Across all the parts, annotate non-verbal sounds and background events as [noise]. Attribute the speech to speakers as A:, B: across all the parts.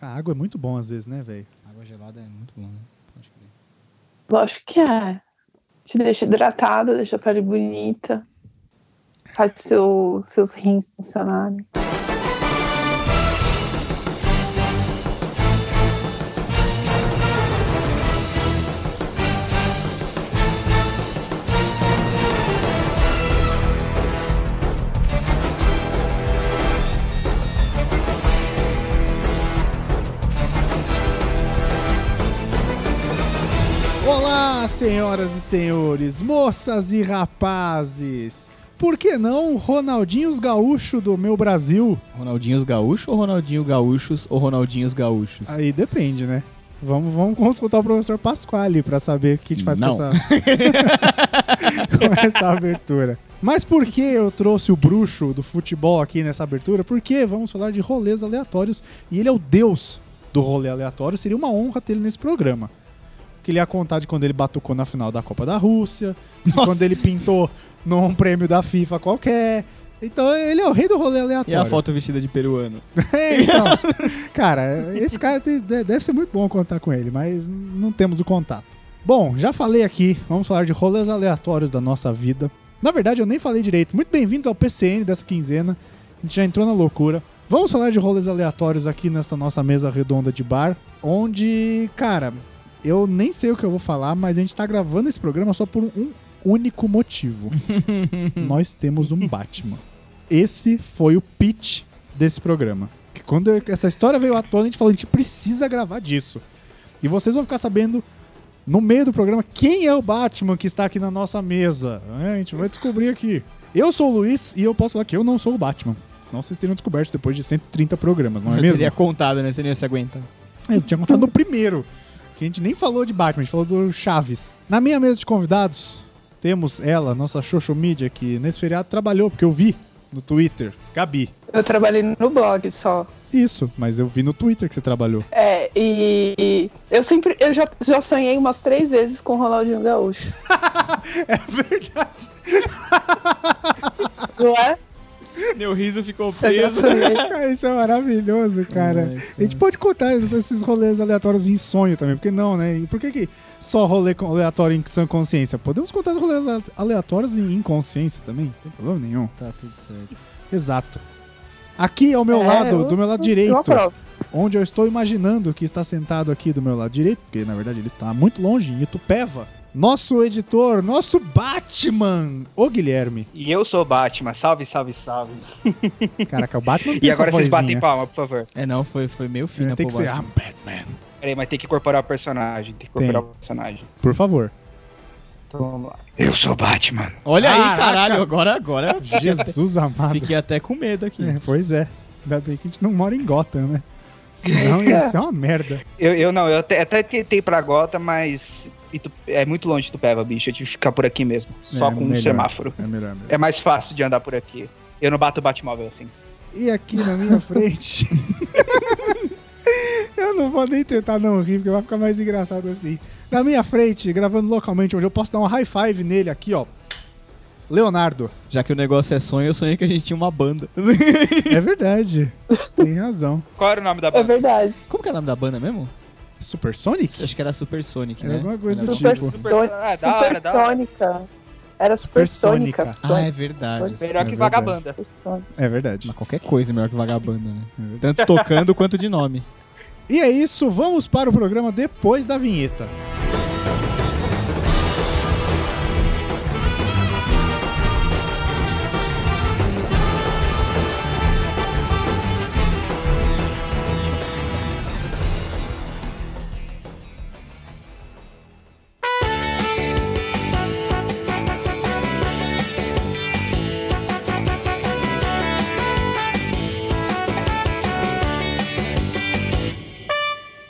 A: A água é muito bom às vezes, né, velho?
B: Água gelada é muito bom, né? Pode crer.
C: Lógico que é. Te deixa hidratada, deixa a pele bonita. Faz seu, seus rins funcionarem.
A: Olá, senhoras e senhores, moças e rapazes. Por que não Ronaldinhos Gaúcho do meu Brasil?
B: Ronaldinhos Gaúcho ou Ronaldinho Gaúchos ou Ronaldinhos Gaúchos?
A: Aí depende, né? Vamos, vamos consultar o professor Pasquale pra saber o que a gente faz
B: Não.
A: com essa [laughs] com essa abertura. Mas por que eu trouxe o bruxo do futebol aqui nessa abertura? Porque vamos falar de rolês aleatórios e ele é o deus do rolê aleatório. Seria uma honra ter ele nesse programa. Que ele ia contar de quando ele batucou na final da Copa da Rússia, de
B: Nossa.
A: quando ele pintou num prêmio da FIFA qualquer. Então ele é o rei do rolê
B: E
A: aleatório.
B: a foto vestida de peruano?
A: Então, cara, esse cara tem- de- deve ser muito bom contar com ele, mas não temos o contato. Bom, já falei aqui, vamos falar de rolês aleatórios da nossa vida. Na verdade, eu nem falei direito. Muito bem-vindos ao PCN dessa quinzena. A gente já entrou na loucura. Vamos falar de rolês aleatórios aqui nessa nossa mesa redonda de bar, onde, cara, eu nem sei o que eu vou falar, mas a gente tá gravando esse programa só por um único
B: [laughs]
A: motivo. Nós temos um Batman. Esse foi o pitch desse programa. Que quando eu- essa história veio à tona, a gente falou, a gente precisa gravar disso. E vocês vão ficar sabendo no meio do programa quem é o Batman que está aqui na nossa mesa. É, a gente vai descobrir aqui. Eu sou o Luiz e eu posso falar que eu não sou o Batman. Senão vocês teriam descoberto depois de 130 programas, não é
B: eu
A: mesmo?
B: teria contado, né? Você não ia se
A: [laughs]
B: aguentar.
A: Mas tinha contado no primeiro. Que a gente nem falou de Batman, a gente falou do Chaves. Na minha mesa de convidados, temos ela, nossa social media, que nesse feriado trabalhou, porque eu vi no Twitter. Gabi.
C: Eu trabalhei no blog só.
A: Isso, mas eu vi no Twitter que você trabalhou.
C: É, e eu sempre, eu já, já sonhei umas três vezes com o Ronaldinho Gaúcho.
A: É verdade.
C: [laughs] Não é?
B: Meu riso [laughs] ficou
C: Eu já
B: preso.
C: sonhei.
A: [laughs] Isso é maravilhoso, cara.
B: Ai, cara.
A: A gente pode contar esses- esses rolês aleatórios em sonho também, porque não, né? E por que, que só rolê com- aleatório em sã consciência? Podemos contar os rolês ale- aleatórios em inconsciência também, não tem problema nenhum.
B: Tá tudo certo.
A: Exato. Aqui ao meu
C: É,
A: lado,
C: eu-
A: do meu lado
C: Eu
A: direito,
C: aprovo.
A: onde eu estou imaginando que está sentado aqui do meu lado direito, porque na verdade ele está muito longe, em Itupeva. Nosso editor, nosso Batman, o Guilherme.
D: E eu sou o Batman. Salve, salve, salve.
A: Caraca, o
D: [laughs]
A: Batman tem
D: E
A: essa
D: agora vocês batem
A: vozinha.
D: palma, por favor.
B: É, não, foi, foi meio fino.
A: Tem
B: pô,
A: que ser
B: Batman.
A: I'm Batman.
D: Peraí, mas tem que incorporar o personagem. Tem que incorporar o personagem.
A: Por
D: [laughs]
A: favor.
D: Então vamos lá. Eu sou o Batman.
B: Olha aí,
A: Caraca.
B: caralho. Agora, agora.
A: [laughs] Jesus amado.
B: Fiquei até com medo aqui.
A: É, pois é. Ainda bem que a gente não mora em Gotham, né? Senão
D: [laughs]
A: ia ser uma merda.
D: Eu, eu não, eu até, até tentei pra Gota, mas Itu- é muito longe do Peva, bicho. Eu tive que ficar por aqui mesmo. Só
A: É,
D: com um
A: melhor.
D: semáforo.
A: É melhor mesmo.
D: É mais fácil de andar por aqui. Eu não bato o Batmóvel assim.
A: E aqui na minha frente. [laughs] eu não vou nem tentar não rir, porque vai ficar mais engraçado assim. Na minha frente, gravando localmente, onde eu posso dar um high five nele aqui, ó. Leonardo.
B: Já que o negócio é sonho, eu sonhei que a gente tinha
A: [laughs]
B: uma banda.
A: É verdade. Tem razão.
D: Qual era o nome da
C: É
D: banda?
C: verdade.
B: Como que é o nome da banda mesmo?
A: Super Sonic?
B: Acho que era Super Sonic,
A: Era
B: né?
A: alguma coisa do
C: Super,
A: tipo.
C: Son-
D: Ah, da hora, da hora.
C: Supersônica. Era supersônica.
A: Supersônica.
B: Ah, é
C: Sônica,
B: verdade.
A: É
D: Melhor que
A: verdade.
D: Vagabanda.
C: Supersônica.
A: É verdade.
B: Mas qualquer coisa é melhor que vagabanda,
A: É
B: né? Tanto tocando quanto de nome.
A: E é isso, vamos para o programa depois da vinheta.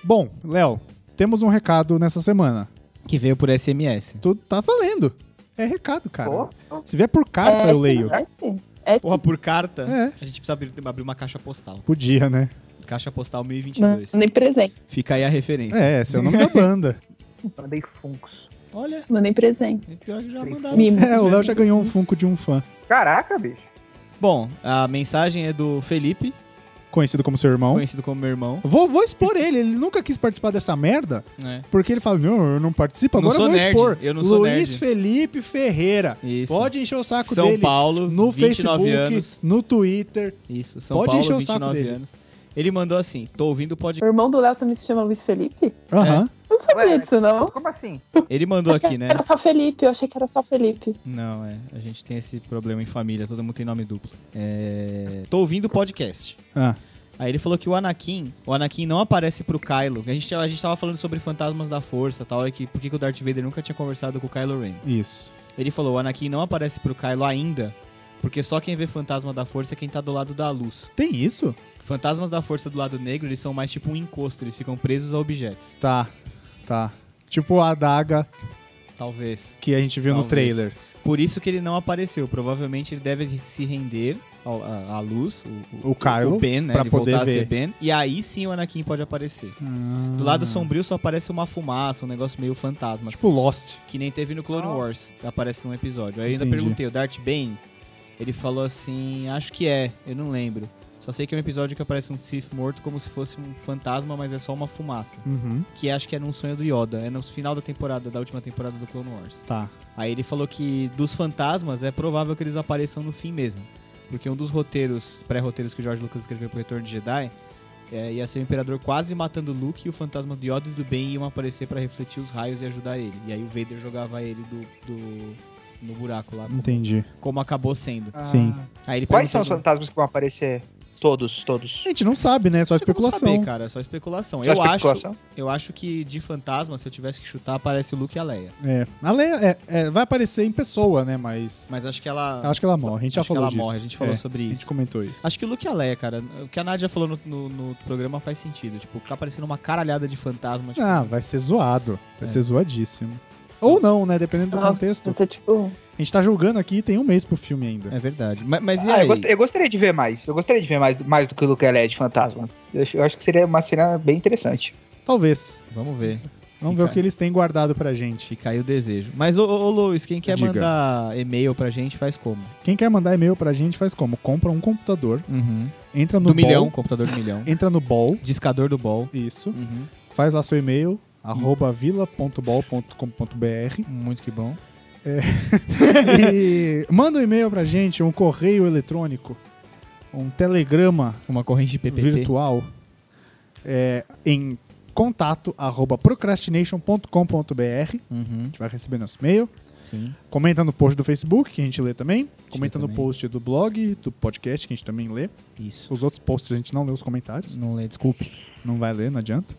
A: Bom, Léo, temos um recado nessa semana.
B: Que veio por SMS.
A: Tudo tá valendo. É recado, cara.
C: Pô,
A: Se vier por carta,
C: é,
A: Ah, tá, eu leio.
C: é sim. É sim.
B: Porra, por carta?
A: É.
B: A gente precisa abrir, abrir uma caixa postal.
A: Podia, né?
B: Caixa postal 1022.
C: Mandei presente.
B: Fica aí a referência.
A: É, esse é o nome da banda.
D: Mandei Funkos.
B: Olha,
C: Mandei presente.
B: é pior que já mandaram.
C: Mimo.
A: É, o Léo já ganhou um Funko de um fã.
D: Caraca, bicho.
B: Bom, a mensagem é do Felipe.
A: conhecido como seu irmão.
B: Conhecido como meu irmão.
A: Vou, vou expor ele, ele nunca quis participar dessa merda,
B: Né?
A: porque ele fala: Não, eu não participo,
B: Não
A: agora
B: sou
A: eu vou
B: nerd,
A: expor.
B: eu não sou
A: Luiz
B: nerd.
A: Felipe Ferreira.
B: Isso.
A: Pode encher o saco
B: São
A: dele
B: Paulo,
A: no
B: 29
A: Facebook,
B: anos.
A: no Twitter.
B: Isso, São
A: Pode
B: Paulo,
A: encher o
B: 29
A: saco dele.
B: anos. Ele mandou assim: tô ouvindo o
C: O
B: podcast.
C: irmão do Léo também se chama Luiz Felipe?
A: Aham.
C: Não sabia
D: Ué,
C: disso, não.
D: Como assim?
B: Ele mandou
C: Achei
B: aqui,
C: que
B: né?
C: Era só Felipe, eu achei que era só Felipe.
B: Não, é. A gente tem esse problema em família, todo mundo tem nome duplo. É... Tô ouvindo o podcast.
A: Ah.
B: Aí ele falou que o Anakin, o Anakin não aparece pro Kylo. A gente, a gente tava falando sobre fantasmas da força e tal, e que por que que o Darth Vader nunca tinha conversado com o Kylo Ren.
A: Isso.
B: Ele falou, o Anakin não aparece pro Kylo ainda, porque só quem vê fantasma da força é quem tá do lado da luz.
A: Tem isso?
B: Fantasmas da força do lado negro, eles são mais tipo um encosto, eles ficam presos a objetos.
A: Tá, tá. Tipo a adaga
B: Talvez.
A: que a gente viu no
B: Talvez.
A: trailer.
B: Por isso que ele não apareceu. Provavelmente ele deve se render ao- à à luz, o,
A: O Kylo,
B: o Ben, né?
A: pra
B: ele
A: poder
B: voltar a
A: ver.
B: ser Ben. E aí sim o Anakin pode aparecer.
A: Ah,
B: Do lado sombrio só aparece uma fumaça, um negócio meio fantasma.
A: Hum.
B: assim.
A: Tipo Lost.
B: Que nem teve no Clone Wars, aparece num episódio. Aí eu ainda
A: Entendi.
B: perguntei, o Darth Bane, ele falou assim, acho que é, eu não lembro. Só sei que é um episódio que aparece um Sith morto como se fosse um fantasma, mas é só uma fumaça.
A: Uhum.
B: Que acho que era um sonho do Yoda, é no final da temporada, da última temporada do Clone Wars.
A: Tá.
B: Aí ele falou que dos fantasmas é provável que eles apareçam no fim mesmo. Porque um dos roteiros, pré-roteiros que o George Lucas escreveu pro Retorno de Jedi, é, ia ser o Imperador quase matando Luke e o fantasma do Yoda e do Ben iam aparecer pra refletir os raios e ajudar ele. E aí o Vader jogava ele do, do- no buraco lá, como-
A: Entendi.
B: como acabou sendo.
A: Sim.
B: Aí ele
D: Ah, Quais são os
B: perguntou-
D: fantasmas que vão aparecer? Todos, todos.
A: A gente não sabe, né? Só
B: Não tem como
A: especulação.
B: Saber, cara, é só especulação.
D: Só
B: eu,
D: especulação?
B: Acho, eu acho que de fantasma, se eu tivesse que chutar, aparece o Luke e a Leia.
A: É. A Leia é- é, vai aparecer em pessoa, né? Mas.
B: Mas acho que ela.
A: Acho que ela morre. A gente já
B: acho que
A: falou
B: ela
A: disso.
B: morre, a gente falou
A: É,
B: sobre
A: A
B: isso.
A: gente comentou isso.
B: Acho que o Luke e a Leia, cara, o que a Nadia falou no, no- no programa faz sentido. Tipo, ficar parecendo uma caralhada de fantasma. Tipo,
A: Ah, vai ser zoado. Vai
B: É.
A: ser zoadíssimo. Ou não, né? Dependendo do
C: Nossa,
A: contexto.
C: Você, tipo,
A: A gente tá julgando aqui tem um mês pro filme ainda.
B: É verdade. Ma- Mas, e
D: Ah,
B: aí?
D: eu, gost- eu gostaria de ver mais. Eu gostaria de ver mais, mais do que o Luke Leia de fantasma. Eu, acho- eu acho que seria uma cena bem interessante.
A: Talvez.
B: Vamos ver.
A: Vamos
B: É. Fica
A: ver o que
B: aí.
A: eles têm guardado pra gente.
B: Fica aí o desejo. Mas, ô, ô, ô, Luiz, quem quer
A: Diga.
B: mandar e-mail pra gente, faz como?
A: Quem quer mandar e-mail pra gente faz como? Compra um computador, entra no
B: Uhum. Do
A: Ball,
B: milhão, computador do milhão. [laughs]
A: entra no Ball,
B: Discador do bol.
A: isso,
B: Uhum.
A: faz lá seu e-mail, arroba vila.ball.com.br
B: Muito que bom.
A: e manda um e-mail pra gente, um correio eletrônico, um telegrama
B: Uma corrente de PPT.
A: virtual é, em contato arroba procrastination.com.br. A
B: Uhum,
A: gente vai receber nosso e-mail.
B: Sim.
A: Comenta no post do Facebook, que a gente lê também. Comenta
B: lê
A: no
B: também.
A: post do blog, do podcast, que a gente também lê.
B: Isso.
A: Os outros posts a gente não lê os comentários.
B: Não lê, desculpe.
A: Não vai ler, não adianta.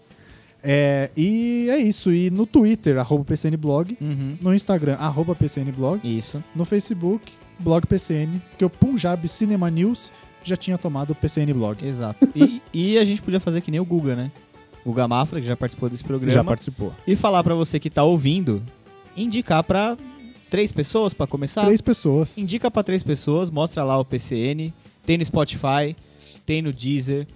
A: É, e é isso. E no Twitter, arroba PCNblog.
B: Uhum.
A: No Instagram, arroba PCNblog.
B: Isso.
A: No Facebook, blog PCN. Porque o Punjab Cinema News já tinha tomado o PCN Blog.
B: Exato. e, e a gente podia fazer que nem o Guga, né? O Guga Mafra, que já participou desse programa.
A: Já participou.
B: e falar pra você que tá ouvindo, indicar pra três pessoas pra começar.
A: Três pessoas.
B: Indica pra três pessoas, mostra lá o PCN, tem no Spotify, tem no Deezer,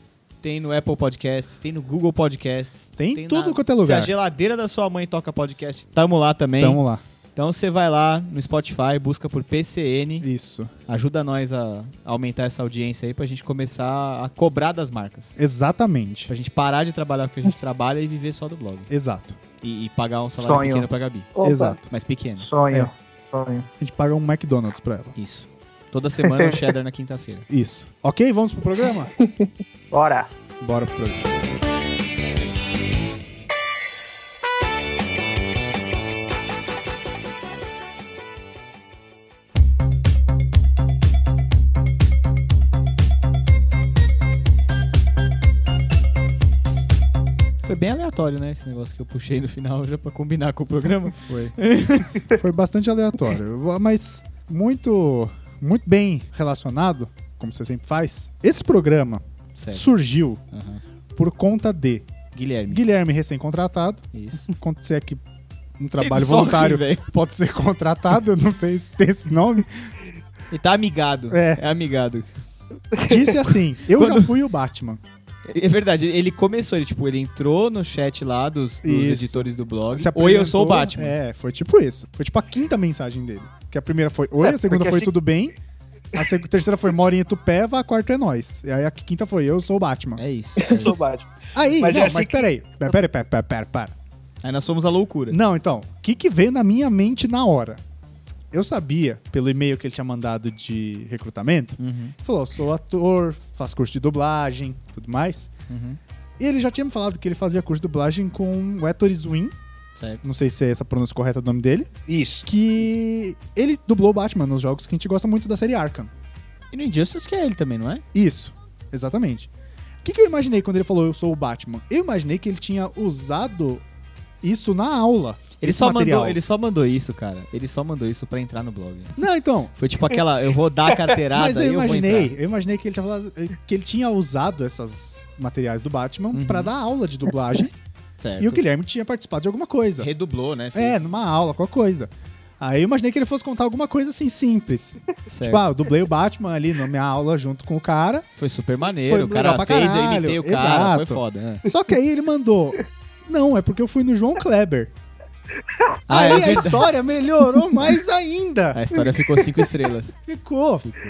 B: tem no Apple Podcasts, tem no Google Podcasts.
A: Tem
B: na-
A: tudo quanto é lugar.
B: Se a geladeira da sua mãe toca podcast, tamo lá também.
A: Tamo lá.
B: Então você vai lá no Spotify, busca por PCN,
A: Isso.
B: ajuda nós a aumentar essa audiência aí pra gente começar a cobrar das marcas.
A: Exatamente.
B: Pra gente parar de trabalhar o que
A: [laughs]
B: a gente trabalha e viver só do blog.
A: Exato.
B: E, e pagar um salário
D: Sonho.
B: pequeno pra Gabi.
C: opa,
A: Exato.
B: Mas pequeno.
D: Sonho, sonho.
A: A gente paga um McDonald's pra ela.
B: Isso. Toda semana [laughs] o cheddar na quinta-feira.
A: Isso. Ok, vamos pro programa?
D: Bora.
A: Bora pro programa.
B: Foi bem aleatório, né? Esse negócio que eu puxei no final já pra combinar com o [laughs] programa.
A: Foi. Foi bastante aleatório, mas muito, muito bem relacionado, como você sempre faz. Esse programa
B: Certo.
A: surgiu
B: Aham.
A: por conta de
B: Guilherme.
A: Guilherme recém-contratado,
B: [laughs] Isso.
A: quando se é que um trabalho
B: Ele sorri,
A: voluntário
B: velho.
A: pode ser contratado, eu não sei se tem esse nome,
B: Ele tá amigado.
A: É.
B: amigado.
A: disse assim, eu já
B: Quando-
A: fui o Batman.
B: É verdade, ele começou, ele, tipo, ele entrou no chat lá dos, dos
A: Isso.
B: editores do blog.
A: Se
B: Oi, eu sou
A: apresentou,
B: o Batman.
A: É, foi tipo isso. Foi tipo a quinta mensagem dele. Que a primeira foi oi,
D: É,
A: a segunda
D: porque
A: foi
D: assim-
A: tudo bem. A seg- terceira foi Mora em Itupeva, a quarta é nós. E aí a quinta foi Eu Sou o Batman.
B: É isso.
D: Eu sou o Batman.
A: Aí,
D: Mas
A: não,
D: é assim
A: mas
D: que-
A: peraí. Peraí, peraí, peraí, peraí, peraí, peraí.
B: Aí nós somos a loucura.
A: Não, então, o que, que veio na minha mente na hora? Eu sabia, pelo e-mail que ele tinha mandado de recrutamento,
B: Uhum,
A: ele falou, sou ator, faço curso de dublagem, tudo mais.
B: uhum.
A: E ele já tinha me falado que ele fazia curso de dublagem com o Ettore Zwin,
B: Certo.
A: não sei se é essa a pronúncia correta do nome dele,
D: Isso.
A: que ele dublou Batman nos jogos que a gente gosta muito da série Arkham.
B: E no Injustice que é ele também, não é?
A: Isso, exatamente. O que, que eu imaginei quando ele falou eu sou o Batman? Eu imaginei que ele tinha usado isso na aula.
B: Ele
A: esse
B: só,
A: material.
B: mandou, ele só mandou isso, cara. Ele só mandou isso pra entrar no blog.
A: Não, então,
B: Foi tipo aquela, eu vou [laughs] dar a carteirada
A: Mas eu
B: e eu vou entrar.
A: imaginei, eu imaginei que ele tinha, falado- que ele tinha usado esses materiais do Batman
B: Uhum. É,
A: pra dar aula de dublagem
B: [laughs] Certo.
A: e o Guilherme tinha participado de alguma coisa.
B: Redublou, né?
A: É, numa aula, qualquer coisa. Aí eu imaginei que ele fosse contar alguma coisa assim simples.
B: Certo.
A: Tipo, ah, eu dublei o Batman ali na minha aula junto com o cara.
B: foi super maneiro.
A: foi
B: o
A: legal
B: cara
A: pra
B: fez, eu
A: caralho,
B: imitei o cara. Foi
A: exato.
B: foda. né?
A: Só que aí ele mandou. Não, é porque eu fui no João Kleber.
B: Ah,
A: aí
B: é
A: a
B: verdade. É.
A: história
B: [laughs]
A: melhorou mais ainda.
B: A história ficou cinco
A: [laughs]
B: estrelas.
A: Ficou.
B: Ficou.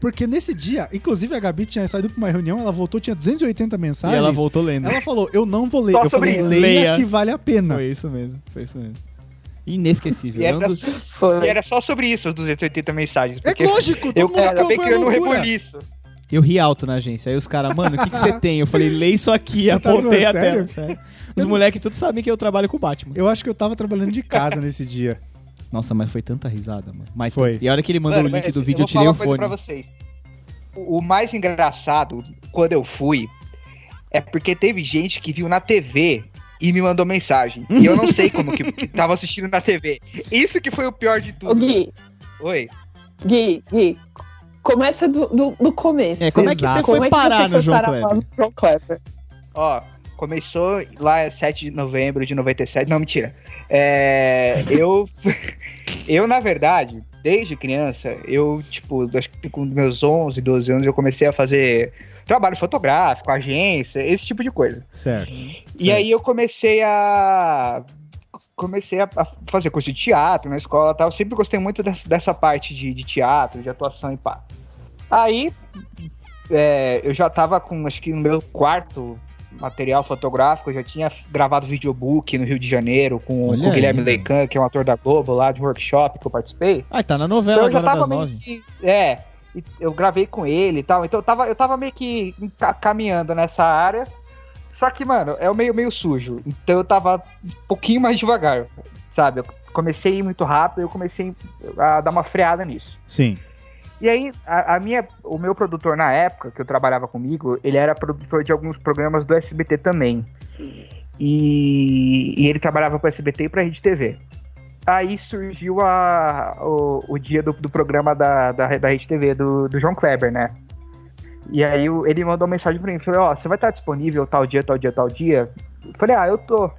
A: Porque nesse dia, inclusive a Gabi tinha saído pra uma reunião, ela voltou, tinha 280 mensagens.
B: E ela voltou lendo.
A: Ela falou, eu não vou ler.
D: Só
A: eu falei,
D: sobre
A: leia,
B: Leia.
A: que vale a pena.
B: Foi isso mesmo, foi isso mesmo. Inesquecível.
D: E
B: É um
D: era-
B: dos-
D: E
C: Foi.
D: era só sobre isso, as 280 mensagens.
A: É
D: Porque
A: lógico, todo
D: eu
A: mundo ficou,
D: acabei
A: foi
D: criando um
A: loucura.
D: rebuliço.
B: Eu ri alto na agência. Aí os caras, mano, o que que você tem? Eu falei, lê isso aqui.
A: Você tá
B: apontei
A: zoando,
B: a tela. Sério. Os moleques tudo sabem que eu trabalho com o Batman.
A: Eu acho que eu tava trabalhando de casa nesse dia.
B: Nossa, mas foi tanta risada, mano. Mas
A: Foi.
B: tanta- E a hora que ele mandou
D: Mano,
B: o link
D: mas
B: do vídeo, eu,
D: vou
B: tirei o
D: falar uma coisa
B: fone.
D: pra vocês. O, o mais engraçado, quando eu fui, é porque teve gente que viu na TV e me mandou mensagem. E eu não sei como que, que tava assistindo na TV. Isso que foi o pior de
C: Ô,
D: tudo.
C: Gui,
D: Oi.
C: Gui, Gui. Começa do, do, do começo.
B: É, como é que
A: Exato.
B: você foi
C: Como é que
B: parar
C: você
B: no João
C: parar lá
B: Kleber?
C: no João Kleber?
D: Ó, começou lá é 7 de novembro de 97. Não, mentira. É, eu, [laughs] eu, na verdade, desde criança, eu, tipo, acho que com meus 11, 12 anos, eu comecei a fazer trabalho fotográfico, agência, esse tipo de coisa.
A: Certo.
D: E aí eu comecei a. Comecei a a fazer curso de teatro na escola e tal. Sempre gostei muito dessa, dessa parte de, de teatro, de atuação e pá. Aí é, eu já tava com, acho que no meu quarto material fotográfico, eu já tinha gravado videobook no Rio de Janeiro com,
B: Olha
D: com o Guilherme
B: aí,
D: Leican, que é um ator da Globo lá de workshop que eu participei
B: Ah, tá na novela
D: então eu já
B: agora
D: tava
B: das
D: meio
B: nove.
D: que, É, e eu gravei com ele e tal. Então eu tava, eu tava meio que ca- caminhando nessa área. Só que, mano, é o meio, meio sujo. Então eu tava um pouquinho mais devagar, sabe? Eu comecei a ir muito rápido, eu comecei a dar uma freada nisso.
A: Sim.
D: E aí, a, a minha, o meu produtor na época, que eu trabalhava comigo, ele era produtor de alguns programas do SBT também. E, e ele trabalhava para SBT e para Rede TV. Aí surgiu a, o, o dia do, do programa da, da, da Rede TV, do, do João Kleber, né? E aí o- ele mandou uma mensagem pra mim, falou, ó, você vai estar disponível tal dia, tal dia, tal dia? Eu falei, ah, eu tô.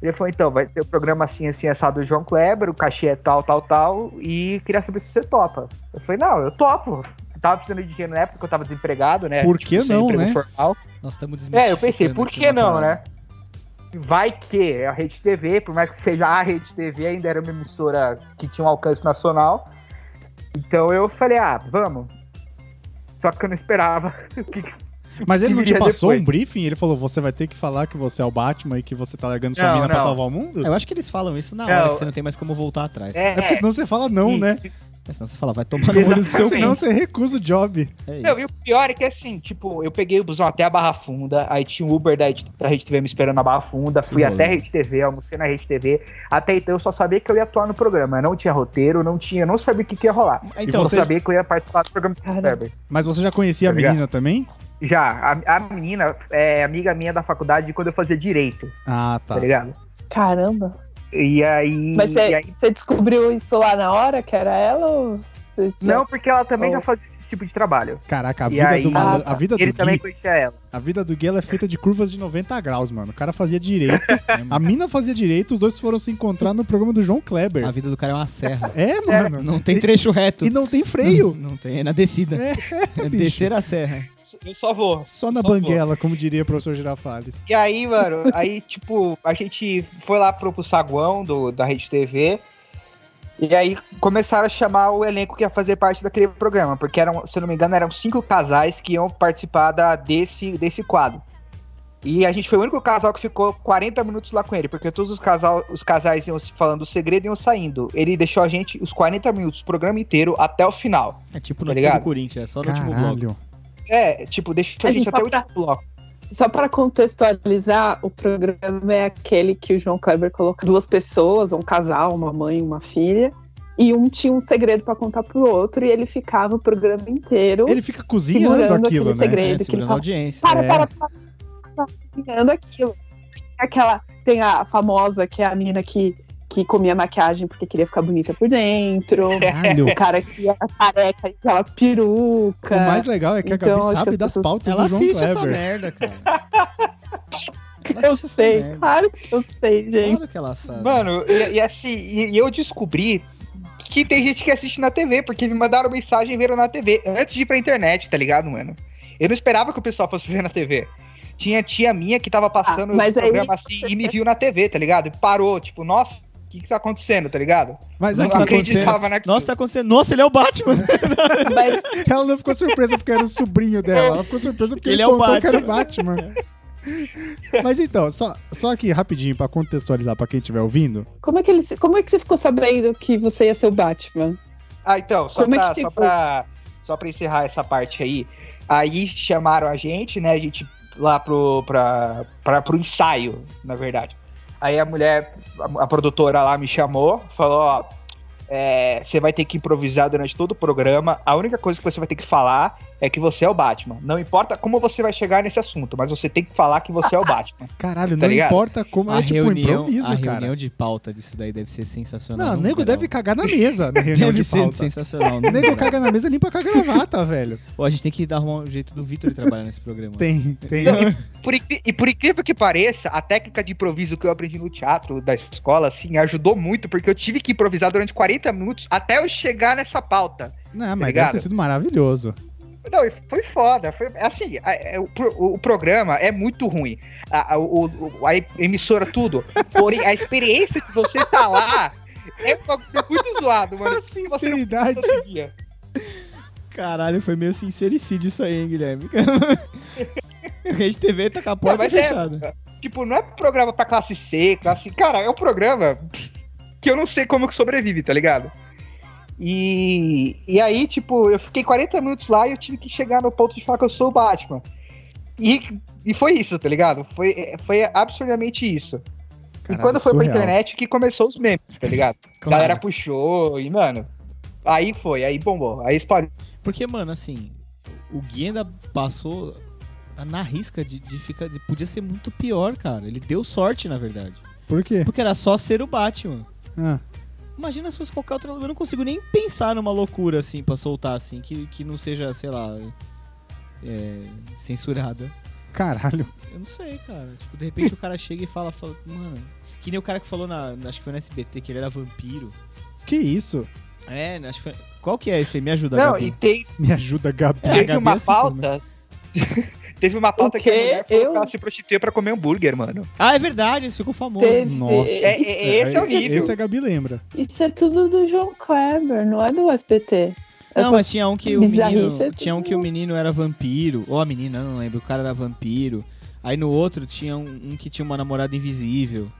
D: Ele falou, então, vai ter o programa assim, assim, assado do João Kleber, o cachê é tal, tal, tal, e queria saber se você topa. Eu falei, não, eu topo. Eu tava precisando de dinheiro na época, que eu tava desempregado, né?
A: Por que
D: sem
A: não,
D: emprego
A: né?
D: Formal.
B: Nós estamos desmistificando.
D: É, eu pensei, por
B: aqui
D: que
B: uma
D: não,
B: parada.
D: né? Vai que é a Rede TV, por mais que seja a Rede TV, ainda era uma emissora que tinha um alcance nacional. Então eu falei, ah, vamos. Só que eu não esperava [laughs] o que, que
A: Mas
D: [laughs]
A: ele não te
D: Viria
A: passou
D: depois.
A: um briefing? Ele falou, você vai ter que falar que você é o Batman e que você tá largando sua
D: Não,
A: mina pra
D: não.
A: salvar o mundo?
B: É, Eu acho que eles falam isso na hora,
D: Não.
B: que você não tem mais como voltar atrás.
A: É porque senão você fala não, né?
B: Mas senão você fala, vai tomar no olho do seu
D: Exatamente.
A: Senão
B: cu.
A: você recusa o job.
B: É isso.
D: Não, e o pior é que assim, tipo, eu peguei o busão até a Barra Funda, aí tinha o Uber da, Rede- da Rede TV me esperando na Barra Funda, fui
B: rolê.
D: até a Rede TV, almocei na Rede TV. Até então eu só sabia que eu ia atuar no programa, não tinha roteiro, não tinha, não sabia o que, que ia rolar.
B: Então,
D: eu
B: você-
D: só sabia que eu ia participar do programa
A: Ah,
D: do Kleber.
A: Mas você já conhecia a
D: Tá ligado?
A: menina também?
D: Já, a, a menina é amiga minha da faculdade de quando eu fazia direito,
A: Ah, tá.
D: tá ligado?
C: Caramba.
D: E aí.
C: Mas
D: Hum, e
C: você
D: aí-
C: você descobriu isso lá na hora que era ela? Ou você tinha-
D: Não, porque ela também
C: Oh.
D: já fazia esse tipo de trabalho.
A: Caraca, a
D: E
A: vida
D: aí-
A: do
C: Ah,
A: malu...
C: tá.
A: a vida do
D: Ele também
A: Gui,
D: conhecia ela.
A: a vida do Gui ela é feita de curvas de 90 graus, mano. O cara fazia direito,
B: É,
A: a mina fazia direito, os dois foram se encontrar no programa do João Kleber.
B: a vida do cara é uma
A: [laughs]
B: serra.
A: É, mano.
B: Não tem trecho reto.
A: E não tem
B: [laughs]
A: freio.
B: Não, não tem, é na descida.
A: É,
B: É
A: bicho.
B: descer a serra.
D: Eu só vou.
A: Só na
D: Por favor.
A: banguela, como diria o professor Girafales.
D: E
C: [laughs]
D: aí, mano, aí, tipo, a gente foi lá pro, pro saguão do, da Rede TV. E aí começaram a chamar o elenco que ia fazer parte daquele programa, porque eram, se eu não me engano, eram cinco casais que iam participar da, desse, desse quadro. E a gente foi o único casal que ficou 40 minutos lá com ele, porque todos os, casal, os casais iam se falando o segredo e iam saindo. Ele deixou a gente os 40 minutos, o programa inteiro, até o final.
B: É tipo
D: Tá
B: no tá do
D: ligado?
B: Corinthians, é só no último bloco.
A: Caralho.
D: É, tipo, deixou a,
C: A
D: gente,
C: gente
D: até
C: só
D: o último bloco.
C: Só para contextualizar, o programa é aquele que o João Kleber coloca duas pessoas, um casal, uma mãe, uma filha, e um tinha um segredo para contar pro outro e ele ficava o programa inteiro
A: Ele fica cozinhando
C: segurando
A: aquilo, né?
C: aquele segredo
B: É,
C: que ele
B: segurando a
C: fala,
B: audiência.
C: para,
A: é.
C: para, para, tá cozinhando aquilo. Aquela tem a famosa que é a menina que que comia maquiagem porque queria ficar bonita
A: [laughs]
C: por dentro.
D: [laughs]
A: Caralho.
C: O cara que era careca e aquela peruca.
A: O mais legal é que a
C: Então,
A: Gabi
C: acho que
A: sabe
C: as
A: das
C: pessoas-
A: pautas
B: Ela
A: do João
B: assiste essa
A: Kleber.
B: merda, cara. Ela
A: é
C: Eu
B: assiste essa
C: sei,
B: merda.
C: claro que eu sei, gente.
B: Claro que ela sabe.
D: Mano, e, e assim, e, e eu descobri que tem gente que assiste na TV, porque me mandaram mensagem e viram na TV, antes de ir pra internet, tá ligado, mano? Eu não esperava que o pessoal fosse ver na TV. Tinha tia minha que tava passando
C: Ah, mas
D: o
C: aí-
D: programa assim e me viu na TV, tá ligado? E parou, tipo, nossa, o que que tá acontecendo, tá ligado?
A: Mas
B: Não
A: aqui,
B: tá
D: não
B: acontecendo.
D: acreditava naquilo.
B: Nossa, tá acontecendo. Nossa, ele é
A: [laughs]
B: o Batman.
C: Mas
A: ela não ficou surpresa porque era o sobrinho dela. Ela ficou surpresa porque ele,
B: Ele é o
A: contou que era o Batman. Mas então, só, só aqui rapidinho pra contextualizar pra quem estiver ouvindo.
C: Como é que ele, como é que você ficou sabendo que você ia ser o Batman?
D: Ah, então, só
C: Como é que
D: pra,
C: tem
D: só,
C: fluxo?
D: pra, só pra encerrar essa parte aí. Aí chamaram a gente, né? A gente lá pro, pra, pra, pro ensaio, na verdade. Aí a mulher, a, a produtora lá me chamou, falou, ó. é, você vai ter que improvisar durante todo o programa. A única coisa que você vai ter que falar é que você é o Batman. Não importa como você vai chegar nesse assunto, mas você tem que falar que você
C: [laughs]
D: é o Batman.
A: Caralho,
D: Tá
A: não
D: ligado?
A: importa como.
B: A
A: é tipo
B: reunião,
A: improviso,
B: a
A: cara.
B: reunião de pauta disso daí deve ser sensacional.
A: não, o
B: no
A: nego
B: geral.
A: deve cagar na mesa na reunião
B: Deve
A: de
B: ser
A: pauta.
B: sensacional.
A: [laughs] O
B: no
A: nego
B: geral.
A: caga na mesa e limpa com a gravata, velho.
B: Pô, a gente tem que dar um jeito do Vitor trabalhar nesse programa.
A: Tem, tem.
B: Tá
D: Por incri- e por incrível que pareça, a técnica de improviso que eu aprendi no teatro da escola, assim, ajudou muito, porque eu tive que improvisar durante 40 minutos até eu chegar nessa pauta.
A: Não, mas deve
D: Obrigado.
A: ter sido maravilhoso.
D: Não, e foi foda. Foi, assim, a- é, o, pro- o programa é muito ruim. A, a- o- o- a emissora, tudo. Porém, a experiência de você estar lá é um bagulho muito zoado, mano.
A: A sinceridade.
D: Todo dia.
B: Caralho, foi meio sincericídio isso aí, hein, Guilherme? [laughs] Rede TV tá com a porta
D: Não, mas é-
B: fechada.
D: Tipo, não é programa pra classe C, classe. Cara, é um programa que eu não sei como que sobrevive, tá ligado? E, e aí, tipo, eu fiquei 40 minutos lá e eu tive que chegar no ponto de falar que eu sou o Batman. E, e foi isso, tá ligado? Foi, é, foi absurdamente isso.
A: Caralho,
D: e quando foi
A: surreal.
D: pra internet que começou os memes, tá ligado? A
B: Claro.
D: galera puxou e, mano, aí foi, aí bombou, aí espalhou.
B: Porque, mano, assim, o Gui ainda passou na risca de, de ficar. de- podia ser muito pior, cara. Ele deu sorte, na verdade.
A: Por quê?
B: Porque era só ser o Batman.
A: Ah,
B: Imagina se fosse qualquer outro. Eu não consigo nem pensar numa loucura, assim, pra soltar, assim, que, que não seja, sei lá. é, censurada.
A: caralho.
B: Eu não sei, cara. Tipo, de repente o cara chega e fala, fala, mano. Que nem o cara que falou na. Acho que foi no SBT que ele era vampiro.
A: Que isso?
B: É, acho que foi. Qual que é esse? aí? Me ajuda,
D: Não,
B: Gabi.
D: e tem,
A: Me ajuda, Gabi.
B: É, a
D: teve
B: Gabi
D: uma
B: assiste também.
D: pauta. [laughs] teve uma pauta que a
C: quê?
D: mulher falou
C: Eu?
D: que ela se prostituía pra comer hambúrguer, mano.
B: Ah, é verdade, esse ficou famoso.
C: Teve.
A: Nossa.
D: É,
C: Isso,
D: é- esse é o
A: Esse-
D: nível.
A: Esse a Gabi lembra.
C: isso é tudo do João Kleber, não é do SBT.
B: Não, mas tinha um que o
C: bizarrice
B: menino,
C: é
B: tinha
C: tudo
B: um que o menino era vampiro, ou a menina, eu não lembro, o cara era vampiro. Aí no outro tinha um, um que tinha uma namorada invisível.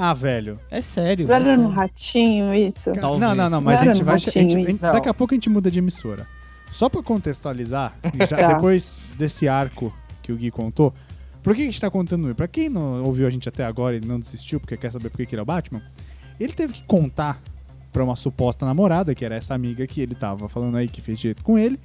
A: Ah, velho.
B: É sério,
C: Não
B: é
C: era um no
B: sério.
C: ratinho isso? [laughs]
A: Cara,
B: Talvez.
A: Não, não, não, mas a
C: Não era
A: gente
C: no
A: vai. a gente- a gente-
D: Não.
A: daqui a pouco a gente muda de emissora. Só pra contextualizar, já
C: Tá.
A: depois desse arco que o Gui contou, por que a gente tá contando? Pra quem não ouviu a gente até agora e não desistiu, porque quer saber por que que ele é o Batman, ele teve que contar pra uma suposta namorada, que era essa amiga que ele tava falando aí que fez jeito com ele,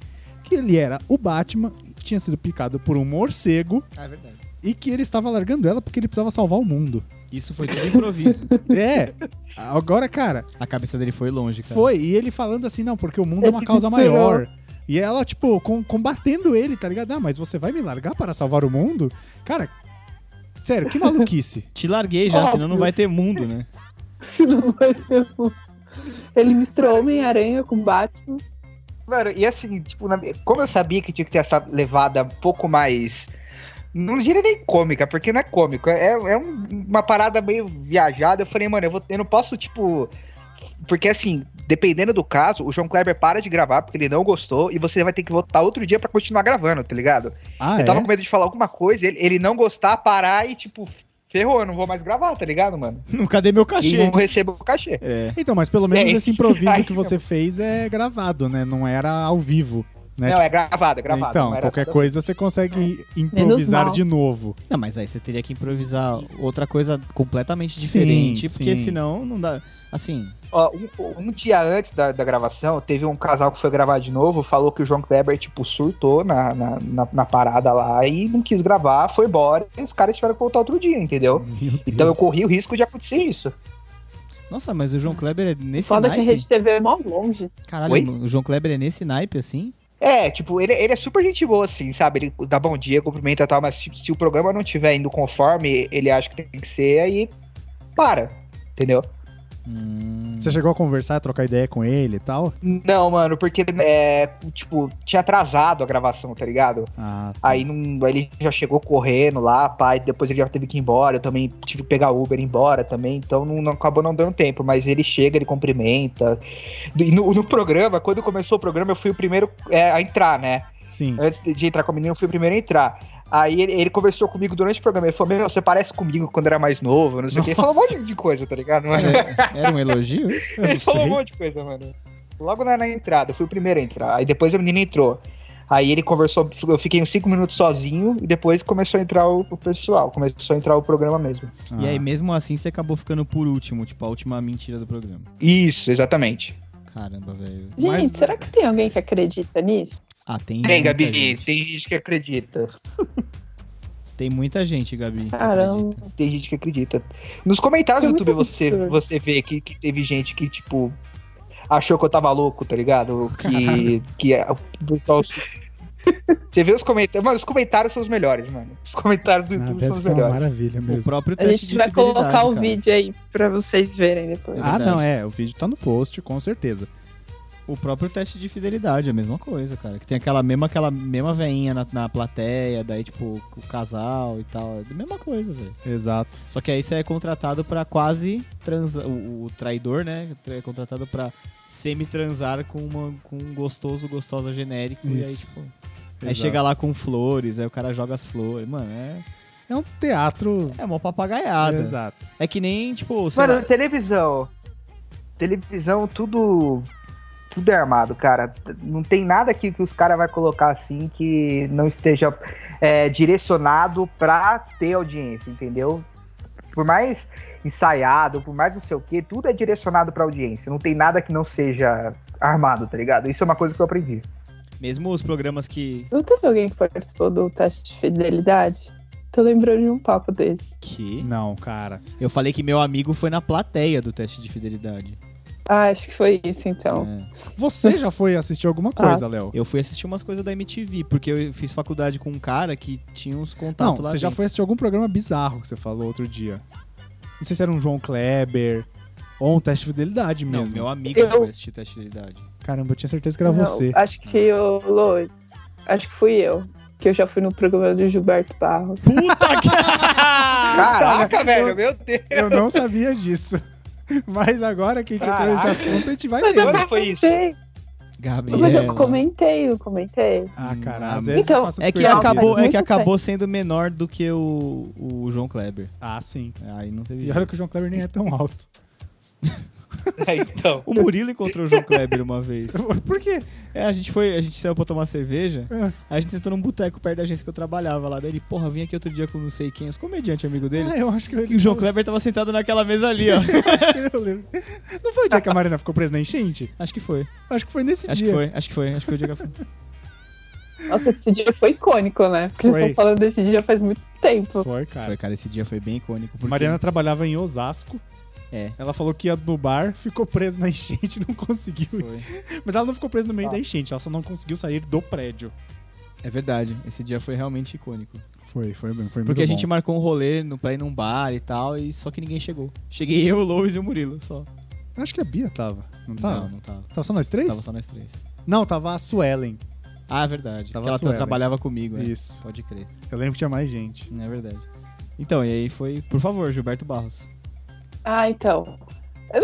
A: que ele era o Batman, tinha sido picado por um morcego
B: É verdade.
A: e que ele estava largando ela porque ele precisava salvar o mundo.
B: Isso foi tudo improviso.
A: É! Agora, cara,
B: [laughs] a cabeça dele foi longe, cara.
A: foi, e ele falando assim, não, porque o mundo é uma
D: [laughs]
C: Ele
A: causa
C: esperou.
A: maior. E ela, tipo, com- combatendo ele, tá ligado? Ah, mas você vai me largar para salvar o mundo? Cara, sério, que
D: [laughs]
A: maluquice.
B: Te larguei já,
C: Óbvio.
B: senão não vai ter mundo, né? [laughs]
C: Não vai ter um. Ele misturou Homem-Aranha com Batman.
D: Mano, e assim, tipo, na- como eu sabia que tinha que ter essa levada um pouco mais. Não diria nem cômica, porque não é cômico. É, é um- uma parada meio viajada. Eu falei, mano, eu, vou, eu não posso, tipo, Porque assim, dependendo do caso, o João Kleber para de gravar porque ele não gostou e você vai ter que voltar outro dia pra continuar gravando, tá ligado?
A: Ah,
D: eu tava
A: é?
D: com medo de falar alguma coisa, ele, ele não gostar, parar e tipo, ferrou, eu não vou mais gravar, tá ligado, mano?
B: Cadê meu
D: E não
B: cachê?
D: recebo o cachê.
B: É.
A: Então, mas pelo menos
D: É,
A: esse
D: esse-
A: improviso
D: Ai,
A: que você fez é gravado, né? Não era ao vivo. Né?
D: Não, é gravado, é gravado.
A: então,
D: não era
A: qualquer
D: nada-
A: coisa você consegue improvisar
C: mal.
A: de novo.
B: Não, mas aí você teria que improvisar outra coisa completamente
A: Sim,
B: diferente, porque
A: sim.
B: senão não dá. Assim,
D: Ó, um, um dia antes da, da gravação, teve um casal que foi gravar de novo, falou que o João Kleber, tipo, surtou na, na, na, na parada lá e não quis gravar, foi embora, e os caras tiveram que voltar outro dia, entendeu?
A: Meu Deus.
D: Então eu corri o risco de acontecer isso.
B: nossa, mas o
A: Hum.
B: João Kleber é nesse
C: Foda que a
B: naipe.
C: Rede TV é mó longe.
B: Caralho,
D: Oi?
B: o João Kleber é nesse naipe, assim?
D: É, tipo, ele, ele é super gente boa, assim, sabe? Ele dá bom dia, cumprimenta e tal, mas tipo, se o programa não tiver indo conforme ele acha que tem que ser, aí para, entendeu?
B: Hum.
A: Você chegou a conversar, a trocar ideia com ele e tal?
D: Não, mano, porque, é, tipo, tinha atrasado a gravação, tá ligado?
A: Ah, tá.
D: Aí, não, aí ele já chegou correndo lá, pai. Depois ele já teve que ir embora. Eu também tive que pegar Uber e ir embora também. Então não, não- acabou não dando tempo. Mas ele chega, ele cumprimenta. E No, no programa, quando começou o programa, eu fui o primeiro é, a entrar, né? [laughs]
A: Sim.
D: Antes de- de entrar com a menina, eu fui o primeiro a entrar. Aí ele, ele conversou comigo durante o programa. Ele falou: Meu, você parece comigo quando era mais novo, não sei o quê. Ele falou um
A: Nossa.
D: monte de coisa, tá ligado? Mano?
B: É, era um
A: [laughs]
B: elogio? isso?
A: Eu não
D: Ele falou um
A: sei.
D: monte de coisa, mano. Logo na, na entrada, eu fui o primeiro a entrar. Aí depois a menina entrou. Aí ele conversou, eu fiquei uns 5 minutos sozinho e depois começou a entrar o, o pessoal, começou a entrar o programa mesmo.
B: E aí,
A: Ah.
B: mesmo assim, você acabou ficando por último, tipo, a última mentira do programa.
D: Isso, exatamente.
B: Caramba, velho.
C: Gente,
A: Mas-
C: será que tem alguém que acredita nisso?
B: Ah, tem.
D: Tem,
B: muita
D: Gabi,
B: gente.
D: tem gente que acredita.
B: Tem muita gente, Gabi. que
C: Caramba.
B: acredita.
D: Tem gente que acredita. Nos comentários
C: É
D: do
C: muito
D: YouTube você,
C: absurdo.
D: você vê que, que teve gente que, tipo, achou que eu tava louco, tá ligado? Que,
A: [laughs]
D: que a- o pessoal. Você vê os comentários. Mano, os comentários são os melhores, mano. Os comentários do
A: Ah,
D: YouTube são
A: deve
D: os
A: ser uma
D: melhores.
A: maravilha
B: O
A: mesmo.
B: próprio
C: A
B: teste
C: gente
B: de
C: vai
B: fidelidade,
C: colocar o
B: cara.
C: vídeo aí pra vocês verem depois.
A: Ah,
B: verdade.
A: não, é. O vídeo tá no post, com certeza.
B: O próprio teste de fidelidade é a mesma coisa, cara. Que tem aquela mesma, aquela mesma veinha na, na plateia, daí, tipo, o casal e tal. É a mesma coisa, velho.
A: Exato.
B: Só que aí você é contratado pra quase transar. O, o traidor, né? É contratado pra semi-transar com, uma, com um gostoso, gostosa genérico. E aí,
A: Isso.
B: tipo. Aí
A: Exato.
B: chega lá com flores, aí o cara joga as flores. Mano, é,
A: É um teatro.
B: é mó papagaiada.
A: Exato.
B: É que nem, tipo, sei
D: Mano,
B: lá,
D: televisão. Televisão, tudo. Tudo é armado, cara. Não tem nada aqui que os caras vai colocar assim que não esteja é, direcionado pra ter audiência, entendeu? Por mais ensaiado, por mais não sei o que, tudo é direcionado pra audiência. Não tem nada que não seja armado, tá ligado? Isso é uma coisa que eu aprendi.
B: mesmo os programas que.
C: Não teve alguém que participou do teste de fidelidade? Tô lembrando de um papo desse.
B: Que?
A: Não, cara.
B: Eu falei que meu amigo foi na plateia do teste de fidelidade.
C: Ah, acho que foi isso então.
B: É.
A: Você já foi assistir alguma coisa, Léo?
B: Tá. Eu fui assistir umas coisas da MTV, porque eu fiz faculdade com um cara que tinha uns
A: Não,
B: contatos lá.
A: você já
B: dentro.
A: foi assistir algum programa bizarro que você falou outro dia. Não sei se era um João Kleber ou um teste de fidelidade
B: Não,
A: mesmo.
B: meu amigo
C: Eu-
B: foi assistir teste de fidelidade.
A: Caramba, eu tinha certeza que era
C: Não,
A: você.
C: Acho que o Lô, acho que fui eu. Que eu já fui no programa do Gilberto Barros.
B: Puta [laughs] que.
D: Caraca, velho, meu Deus!
A: Eu não sabia disso. [laughs] Mas agora que a gente entrou nesse
D: Caraca.
A: assunto, a gente vai
C: Mas
A: ver.
C: eu
D: Quando foi isso?
C: comentei.
B: Gabriel.
C: Mas eu comentei, eu comentei.
A: Ah, cara,
B: Ah,
A: às vezes
C: então,
A: passa
B: É que
C: Não,
A: despercebido.
B: acabou, é
C: muito
B: que
C: bem.
B: acabou sendo menor do que o, o João Kleber.
A: Ah, sim.
B: Aí não teve.
A: E olha que o João Kleber nem é tão alto.
D: [laughs]
A: [laughs]
D: É, então.
B: O Murilo encontrou o João Kleber uma vez.
A: Por quê?
B: É, a gente foi, a gente saiu pra tomar cerveja,
A: É.
B: aí a gente sentou num boteco perto da agência que eu trabalhava lá. Daí ele, porra, vim aqui outro dia com não sei quem, os comediantes amigo dele.
A: Ah, eu acho que eu
B: e o João Kleber tava sentado naquela mesa
A: [laughs]
B: ali, ó.
A: Acho que eu lembro. Não foi o dia que a Marina ficou presa na enchente?
B: acho que foi.
A: Acho que foi nesse
B: Acho que
A: dia.
B: foi, acho que foi, acho que foi o dia que eu fui.
C: Nossa, esse dia foi icônico, né? Porque
A: Foi.
C: vocês estão falando desse dia faz muito tempo.
A: Foi, cara.
B: Foi, cara, esse dia foi bem icônico. Porque...
A: Mariana trabalhava em Osasco.
B: É.
A: Ela falou que ia no bar, ficou presa na enchente, [laughs] não conseguiu. ir.
B: Foi.
A: Mas ela não ficou presa no meio
D: Ah.
A: da enchente, ela só não conseguiu sair do prédio.
B: É verdade, esse dia foi realmente icônico.
A: Foi, foi bem, foi
B: Porque a gente marcou um rolê no, pra ir num bar e tal, e só que ninguém chegou. Cheguei eu, o Louis e o Murilo só.
A: Acho que a Bia tava, não tava?
B: Não, não tava.
A: Tava só nós três?
B: Tava só nós três.
A: Não, tava a Suelen.
B: Ah, é verdade.
A: Tava
B: Porque ela
A: Suelen.
B: trabalhava comigo, né?
A: Isso.
B: Pode crer.
A: Eu lembro que tinha mais gente.
B: É verdade. Então, e aí foi, por favor, Gilberto Barros.
C: Ah, então.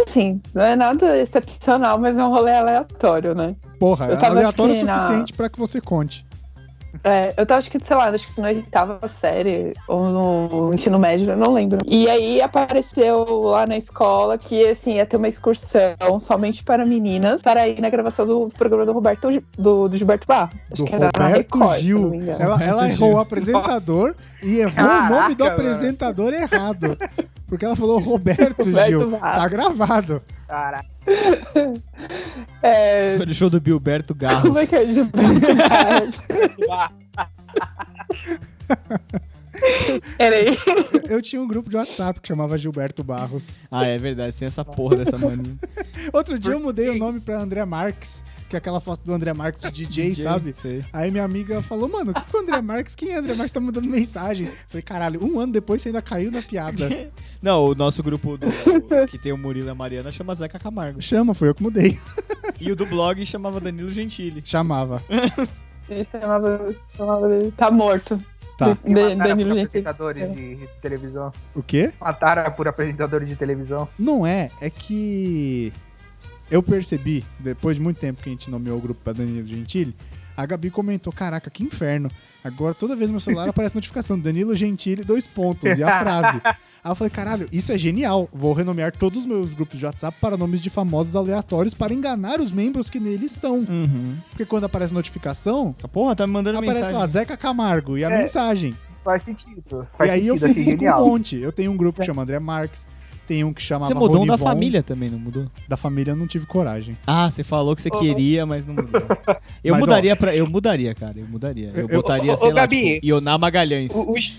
C: Assim, não é nada excepcional, mas é um rolê aleatório, né?
A: Porra,
C: Eu tava
A: aleatório o
C: assistindo a-
A: suficiente pra que você conte.
C: É, eu tava, acho que, sei lá, acho que na oitava série ou no ensino médio, eu não lembro. E aí apareceu lá na escola que, assim, ia ter uma excursão somente para meninas para ir na gravação do programa do Roberto, do, do Gilberto Barros. Acho
A: Do
C: que era na
A: Roberto
C: Record, se eu
A: Gil.
C: não me engano.
A: Ela, ela
B: Roberto
A: errou
B: Gil.
A: o apresentador e errou o nome do
D: Caraca,
A: apresentador errado. Porque ela falou Roberto,
C: Roberto
A: Gil.
C: Barros.
A: Tá gravado.
D: Caraca.
C: É,
B: [laughs] Foi no show do Bilberto Garros.
A: Tá.
C: como é que é
A: [laughs]
C: Gilberto Barros? Peraí.
A: Eu- Eu tinha um grupo de WhatsApp que chamava Gilberto Barros.
B: Ah, é verdade, tem essa porra
A: [laughs]
B: dessa mania.
A: Outro dia eu mudei o nome pra André Marques, que é aquela foto do André Marques de DJ, sabe?
B: Sei.
A: Aí minha amiga falou, mano, o que, que o André Marques? Quem é André Marques? Tá mandando mensagem. Falei, caralho, um ano depois você ainda caiu na piada.
B: Não, o nosso grupo do- o- que tem o Murilo e a Mariana chama Zeca Camargo.
A: Chama, foi eu que mudei.
B: E o do blog chamava Danilo Gentili.
A: Chamava.
C: Ele chamava, chamava dele. Tá morto.
A: Tá.
C: De- de-
D: Mataram
C: Danilo
D: por
C: Gentili.
D: apresentadores de televisão.
A: O quê?
D: Mataram por apresentadores de televisão.
A: Não é, é que eu percebi, depois de muito tempo que a gente nomeou o grupo pra Danilo Gentili, a Gabi comentou, caraca, que inferno. Agora toda vez no meu celular [laughs] aparece notificação, Danilo Gentili, dois pontos, e a frase. Aí eu falei, caralho, isso é genial. Vou renomear todos os meus grupos de WhatsApp para nomes de famosos aleatórios para enganar os membros que nele estão.
B: Uhum.
A: Porque quando aparece notificação,
B: Porra, tá me mandando
A: aparece
B: mensagem.
A: lá, Zeca Camargo, e a
D: É.
A: mensagem.
D: Faz sentido.
A: E
D: Faz
A: aí eu
D: sentido,
A: fiz
D: achei
A: isso com um
D: genial.
A: monte. Eu tenho um grupo que chama André Marques, tem um que chama
B: Você mudou um da família também, não mudou?
A: Da família eu não tive coragem.
B: Ah, você falou que você queria, mas não mudou.
A: Mas,
B: Eu
A: ó-
B: mudaria pra. Eu mudaria, cara. Eu mudaria. Eu,
A: Eu-
B: botaria,
E: Ô, ô,
B: sei
E: ô,
B: lá,
E: Gabi,
B: tipo, Ioná Magalhães.
E: O, o Gi-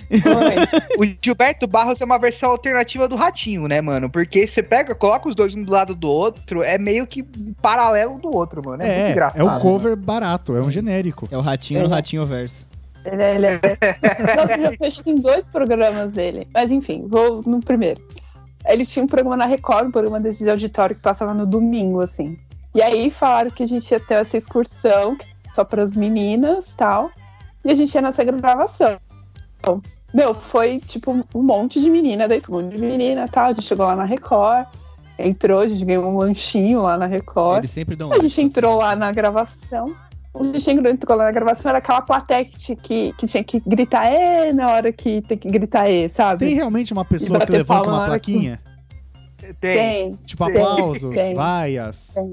E: o Gilberto Barros é uma versão alternativa do Ratinho, né, mano? Porque você pega, coloca os dois um do lado do outro, é meio que paralelo do outro, mano. É, muito engraçado.
A: é o
C: né?
A: cover barato, é um genérico.
B: É o ratinho no ratinho verso.
C: Ele é, ele é. Nossa, eu já fez em dois programas dele. Mas enfim, vou no primeiro. Ele tinha um programa na Record, um programa desses de auditório que passava no domingo, assim. E aí falaram que a gente ia ter essa excursão que- só para as meninas tal. E a gente ia nessa gravação. Então, meu, foi tipo um monte de menina da escola, um monte de menina tal. A gente chegou lá na Record, entrou, a gente ganhou um lanchinho lá na Record.
B: Eles sempre dão um-
C: A gente entrou lá na gravação. A gente entrou lá na gravação, era aquela plateia que tinha que, que tinha que gritar é na hora que tem que gritar é, sabe?
A: Tem realmente uma
C: E
A: pessoa
C: bater
A: que levanta
C: palma na
A: uma
C: hora que-
A: plaquinha?
D: Tem.
A: Tipo
D: Tem,
A: aplausos,
C: tem. É.
A: vaias.
C: Tem.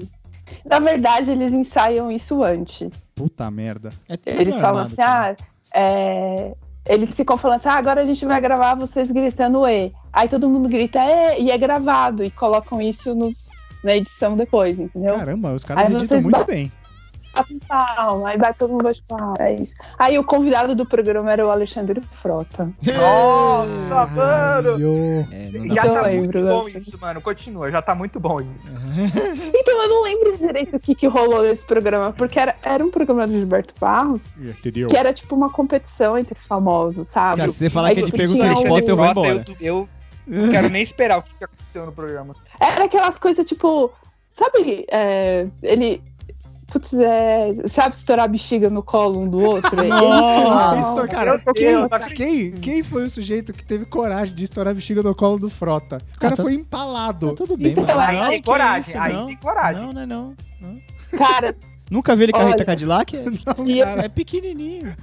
C: Na verdade, eles ensaiam isso antes.
A: Puta merda.
B: É tudo
C: Eles falam
B: armado,
C: assim,
B: cara.
C: ah, é... Eles ficam falando assim, ah, agora a gente vai gravar vocês gritando E. Aí todo mundo grita E e é gravado. E colocam isso nos, na edição depois, entendeu?
A: Caramba, os caras
C: Então, Aí
A: editam
C: vocês
A: muito
C: ba-
A: bem.
C: Batem palma, aí vai todo mundo bate palma. É isso. Aí o convidado do programa era o Alexandre Frota.
D: [laughs]
C: tá
A: Ah,
D: Nossa, mano!
A: Caralho.
B: É, não dá
D: Já
C: Eu
D: tá
C: lembro,
D: muito
C: né?
D: bom isso, mano. Continua, já tá muito bom isso.
C: Então eu não lembro direito o que, que rolou nesse programa, porque era, era um programa do Gilberto Barros,
A: Entendeu?
C: que era tipo uma competição entre famosos, sabe?
B: Cara, se você falar que é de
C: Aí
B: pergunta e
C: tinha
B: resposta,
C: um-
B: eu vou
D: Nossa,
B: embora.
D: Eu, eu não quero nem esperar o que aconteceu no programa.
C: Era aquelas coisas tipo, sabe, é, ele. Putz, é, sabe estourar a bexiga no colo um do outro? Ele-
A: Nossa,
B: é
A: cara,
D: Eu tô
A: quem,
D: querendo-
A: quem, quem foi o sujeito que teve coragem de estourar a bexiga no colo do Frota? O cara
B: Ah, tá-
A: foi
B: Tá
A: empalado.
B: tudo bem,
C: Então,
B: mano.
C: aí
B: Não,
D: tem
B: que
D: coragem,
B: isso,
D: aí
B: não.
D: tem coragem.
B: Não, não, é não.
C: Cara,
B: Nunca vi ele
C: Olha.
B: carreta Cadillac? É,
C: se eu,
B: é pequenininho.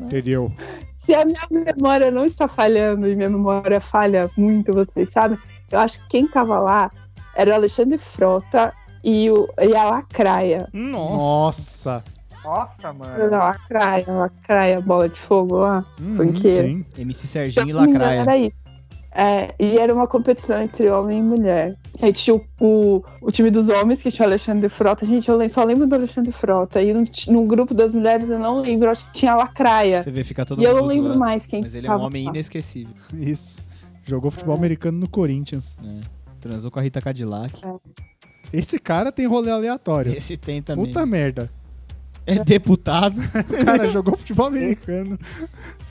A: Entendeu?
C: Se a minha memória não está falhando e minha memória falha muito, vocês sabem, eu acho que quem tava lá era o Alexandre Frota e, o, e a Lacraia.
A: Nossa.
D: Nossa, mano.
C: Era a Lacraia, a Lacraia, bola de fogo lá.
A: Hum,
C: Funkeiro.
A: sim.
B: MC
C: Se eu
B: Serginho e
C: não me engano,
B: Lacraia.
C: Era isso. É, e era uma competição entre homem e mulher. Aí tinha o, o, o time dos homens, que tinha o Alexandre Frota. Gente, eu lem- só lembro do Alexandre Frota. E no, ti- no grupo das mulheres eu não lembro, acho que tinha a Lacraia.
B: Você vê ficar todo
C: E eu
B: mundo
C: não lembro
B: zoando.
C: mais quem
B: Mas ele é um
C: tava
B: homem
C: lá.
B: inesquecível.
A: Isso. Jogou futebol americano no Corinthians.
B: Transou com a Rita Cadillac.
A: Esse cara tem rolê aleatório.
B: Esse tem também.
A: Puta merda.
B: É deputado.
A: O cara jogou futebol americano,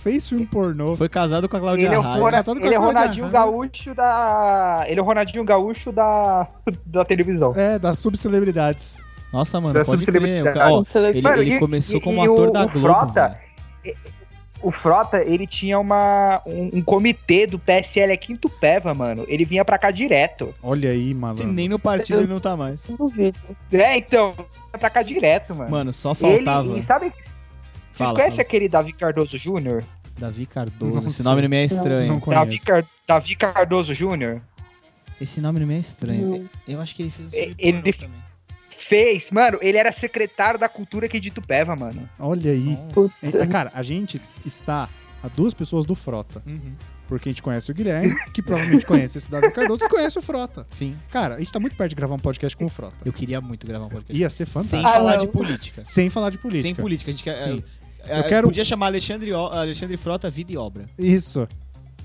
A: fez filme pornô.
B: Foi casado com a
D: Ele
B: Claudia
D: é, o
B: Raia.
D: Rona-
A: Casado com a
D: ele é o
A: Cláudia
D: Ronaldinho
A: Raia.
D: Gaúcho da. Ele é o Ronaldinho Gaúcho da, da televisão.
A: É, das subcelebridades.
B: Nossa, mano,
D: Dessa
B: pode crer. O
C: um
D: celebridade.
B: cara, ó,
C: Não sei lá-
B: ele,
D: Mano,
B: ele
D: e-
B: começou
D: e-
B: como
D: e o-
B: ator da
D: o
B: Globo.
D: Frota?
B: velho.
E: o Frota, ele tinha uma, um, um comitê do PSL aqui em Tupéva, é mano. Ele vinha pra cá direto.
A: Olha aí, malandro.
B: Nem no partido ele não tá mais.
C: no vídeo.
E: É, então, vinha pra cá direto, mano.
B: Mano, só faltava.
E: Ele, e sabe, vocês
B: Fala,
E: conhecem
B: fala.
E: aquele Davi Cardoso Júnior?
B: Davi Cardoso.
A: Não
B: Esse
A: sei.
B: nome não me é estranho.
A: Não
E: Davi,
A: conheço.
E: Car- Davi Cardoso Júnior?
B: Esse nome não me é estranho. Eu acho que ele fez um filme
E: Ele-
B: pornô também.
E: Fez, mano, ele era secretário da cultura aqui de Tupéva, mano.
A: Olha aí.
C: Putz.
A: É, Cara, a gente está a duas pessoas do Frota.
B: Uhum.
A: Porque a gente conhece o Guilherme, que provavelmente conhece esse Davi Cardoso, que conhece o Frota.
B: Sim,
A: Cara, a gente tá muito perto de gravar um podcast com o Frota.
B: eu queria muito gravar um podcast.
A: Ia ser
B: Sem
A: fantástico.
C: Ah,
B: falar
C: não.
B: de política.
A: Sem falar de política.
B: Sem política. A gente quer.
A: Sim.
B: é,
A: Eu
B: é,
A: quero-
B: Podia chamar Alexandre, O- Alexandre Frota Vida e Obra.
A: Isso.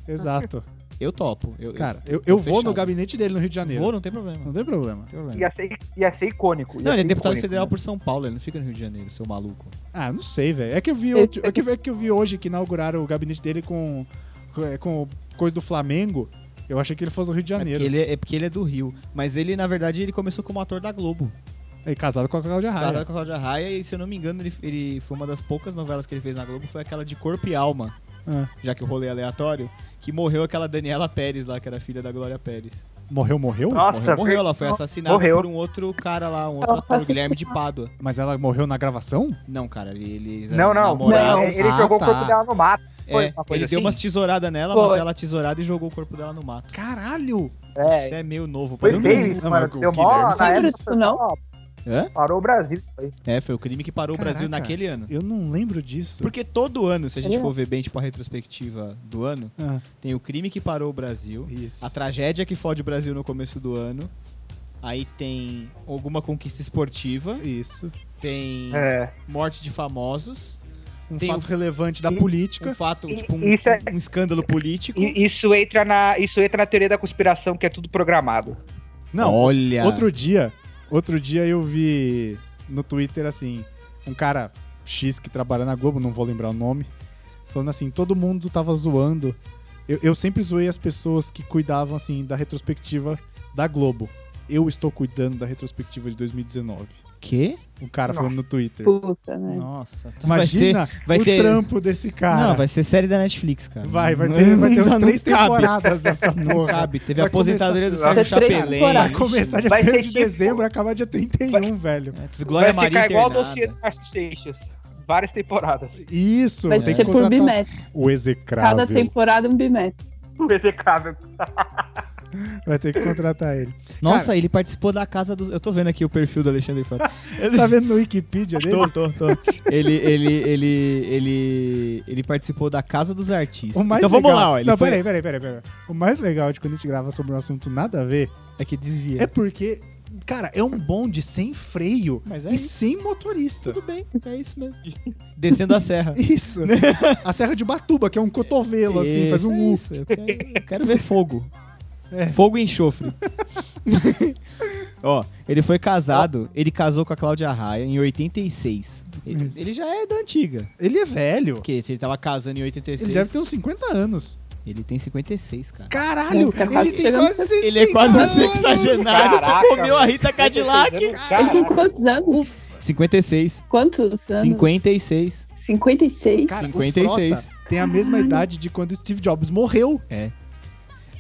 A: Exato.
B: Eu topo. [laughs] Eu,
A: Cara,
B: tô-
A: eu,
B: tô
A: eu vou no
B: fechado.
A: gabinete dele no Rio de Janeiro.
B: Vou, não tem problema.
A: Não tem problema.
B: Não, tem problema.
D: Ia ser, ia ser icônico. ia
B: Não, ele é
D: ser
B: deputado
D: icônico,
B: federal
D: mano.
B: por São Paulo, ele não fica no Rio de Janeiro, seu maluco.
A: Ah, não sei, velho. É que eu vi,
C: Eu-
A: hoje- é que, é que eu vi hoje que inauguraram o gabinete dele com, com, é, com coisa do Flamengo. Eu achei que ele fosse do Rio de
B: É porque,
A: Janeiro.
B: ele é, é porque ele é do Rio. Mas ele, na verdade, ele começou como ator da Globo.
A: É casado com a Cláudia Raia.
B: Casado com a Cláudia Raia, e se eu não me engano, ele, ele foi uma das poucas novelas que ele fez na Globo, foi aquela de Corpo e Alma,
A: Ah.
B: já que o rolê é aleatório, que morreu aquela Daniela Pérez lá, que era filha da Glória Pérez.
A: Morreu, morreu?
D: Nossa,
B: morreu, morreu, ela foi assassinada
D: morreu.
B: por um outro cara lá, um outro
C: Ela foi
B: ator, o Guilherme de Pádua.
A: Mas ela morreu na gravação?
B: Não, cara, ele- eles
D: Não,
B: eram
D: não.
B: namorados.
D: Ele, ele
A: Ah,
D: jogou
A: tá.
D: o corpo dela no mato. foi
B: É,
D: uma coisa
B: ele deu
D: assim?
B: umas tesouradas nela,
C: Foi.
B: matou ela tesourada e jogou o corpo dela no mato.
A: Caralho!
D: É,
B: Isso é meio novo pra
D: Foi
A: Eu não
B: mim.
D: feio
A: lembro.
D: isso,
A: Não,
D: mano.
A: mas o
D: Deu
A: Guilherme
D: mó na
C: sabe
D: época.
C: disso, não?
D: ó,
B: Hã?
D: Parou o Brasil isso aí.
B: É, foi o crime que parou
A: Caraca. Hum.
B: o Brasil naquele ano.
A: Eu não lembro disso.
B: Porque todo ano, se a gente
C: É.
B: for ver bem, tipo, a retrospectiva do ano,
A: Ah,
B: tem o crime que parou o Brasil,
A: isso.
B: a tragédia que fode o Brasil no começo do ano, aí tem alguma conquista esportiva,
A: Isso.
B: tem
D: É.
B: morte de famosos,
A: Um
B: Tem
A: fato
B: o-
A: relevante da
D: E-
B: um
A: política.
B: fato,
D: E-
B: tipo, um,
D: isso é-
B: um escândalo político.
E: E isso entra na, isso entra na teoria da conspiração, que é tudo programado.
A: Não,
B: Olha!
A: Outro dia, outro dia eu vi no Twitter assim, um cara X que trabalha na Globo, não vou lembrar o nome, falando assim, todo mundo tava zoando. Eu, eu sempre zoei as pessoas que cuidavam assim da retrospectiva da Globo. Eu estou cuidando da retrospectiva de 2019.
B: Quê?
A: O Um cara falando no Twitter.
C: Puta, né?
B: Nossa. então vai ser-
A: Imagina
B: vai
A: o
B: ter-
A: trampo desse cara.
B: Não, vai ser série da Netflix, cara.
A: Vai, vai ter, vai ter
B: [laughs] Não
A: três
B: cabe. [laughs]
A: temporadas dessa
B: Não
A: porra.
B: cabe. Teve a
A: Vai
B: aposentadoria do
A: começar-
B: Sérgio
C: Vai ter três
B: Chapelém.
C: temporadas.
A: Vai começar dia
D: Vai ser
A: 1 de
D: tipo-
A: dezembro, acabar dia 31, velho.
B: É, teve Glória
E: Vai
B: Maria
E: ficar igual o
B: internada.
E: dossiê do Márcio Seixas. Várias temporadas.
A: Isso,
C: Vai
A: mano, tem
C: ser
A: que
C: por
A: contratar um
C: bimestre.
A: O
C: Cada
A: execrável.
C: temporada um bimestre.
D: [laughs] Impecável.
A: Vai ter que contratar ele.
B: Nossa, ele participou da casa dos. Eu tô vendo aqui o perfil do Alexandre Frota.
A: [laughs] Você tá vendo no Wikipedia dele?
B: tô, tô, tô. Ele, ele, ele, ele, ele participou da Casa dos Artistas.
A: O mais
B: Então vamos
A: legal-
B: lá, ó. Ele
A: Não,
B: foi-
A: peraí, peraí, peraí, peraí. O mais legal de quando a gente grava sobre um assunto nada a ver
B: É que desvia.
A: é porque, cara, é um bonde sem freio
B: Mas é
A: e
B: isso.
A: sem motorista.
B: Tudo bem, é isso mesmo.
A: [laughs]
B: Descendo a serra.
A: Isso. a Serra de Batuba, que é um cotovelo, assim, faz
B: Isso,
A: um
B: é
A: U. É.
B: isso. Eu quero, eu quero ver fogo. Fogo
A: [laughs]
B: e enxofre. Ó, ele foi casado, ele casou com a Cláudia Raia em 86. Ele,
A: Isso.
B: ele já é da antiga.
A: Ele é velho.
B: Porque se ele tava casando em 86,
A: Ele deve ter uns 50 anos.
B: ele tem 56, cara.
A: Caralho,
C: Ele tá
A: ele
C: quase
A: tem
C: chegando
A: quase
C: no
A: 60
B: Ele é quase um
A: anos.
B: sexagenário
E: Caraca,
B: que comeu a Rita Cadillac.
C: Ele tem quantos anos?
B: 56.
C: Quantos anos?
B: 56.
C: 56?
A: Cara, o
B: 56.
A: Frota tem a mesma idade de quando Steve Jobs morreu.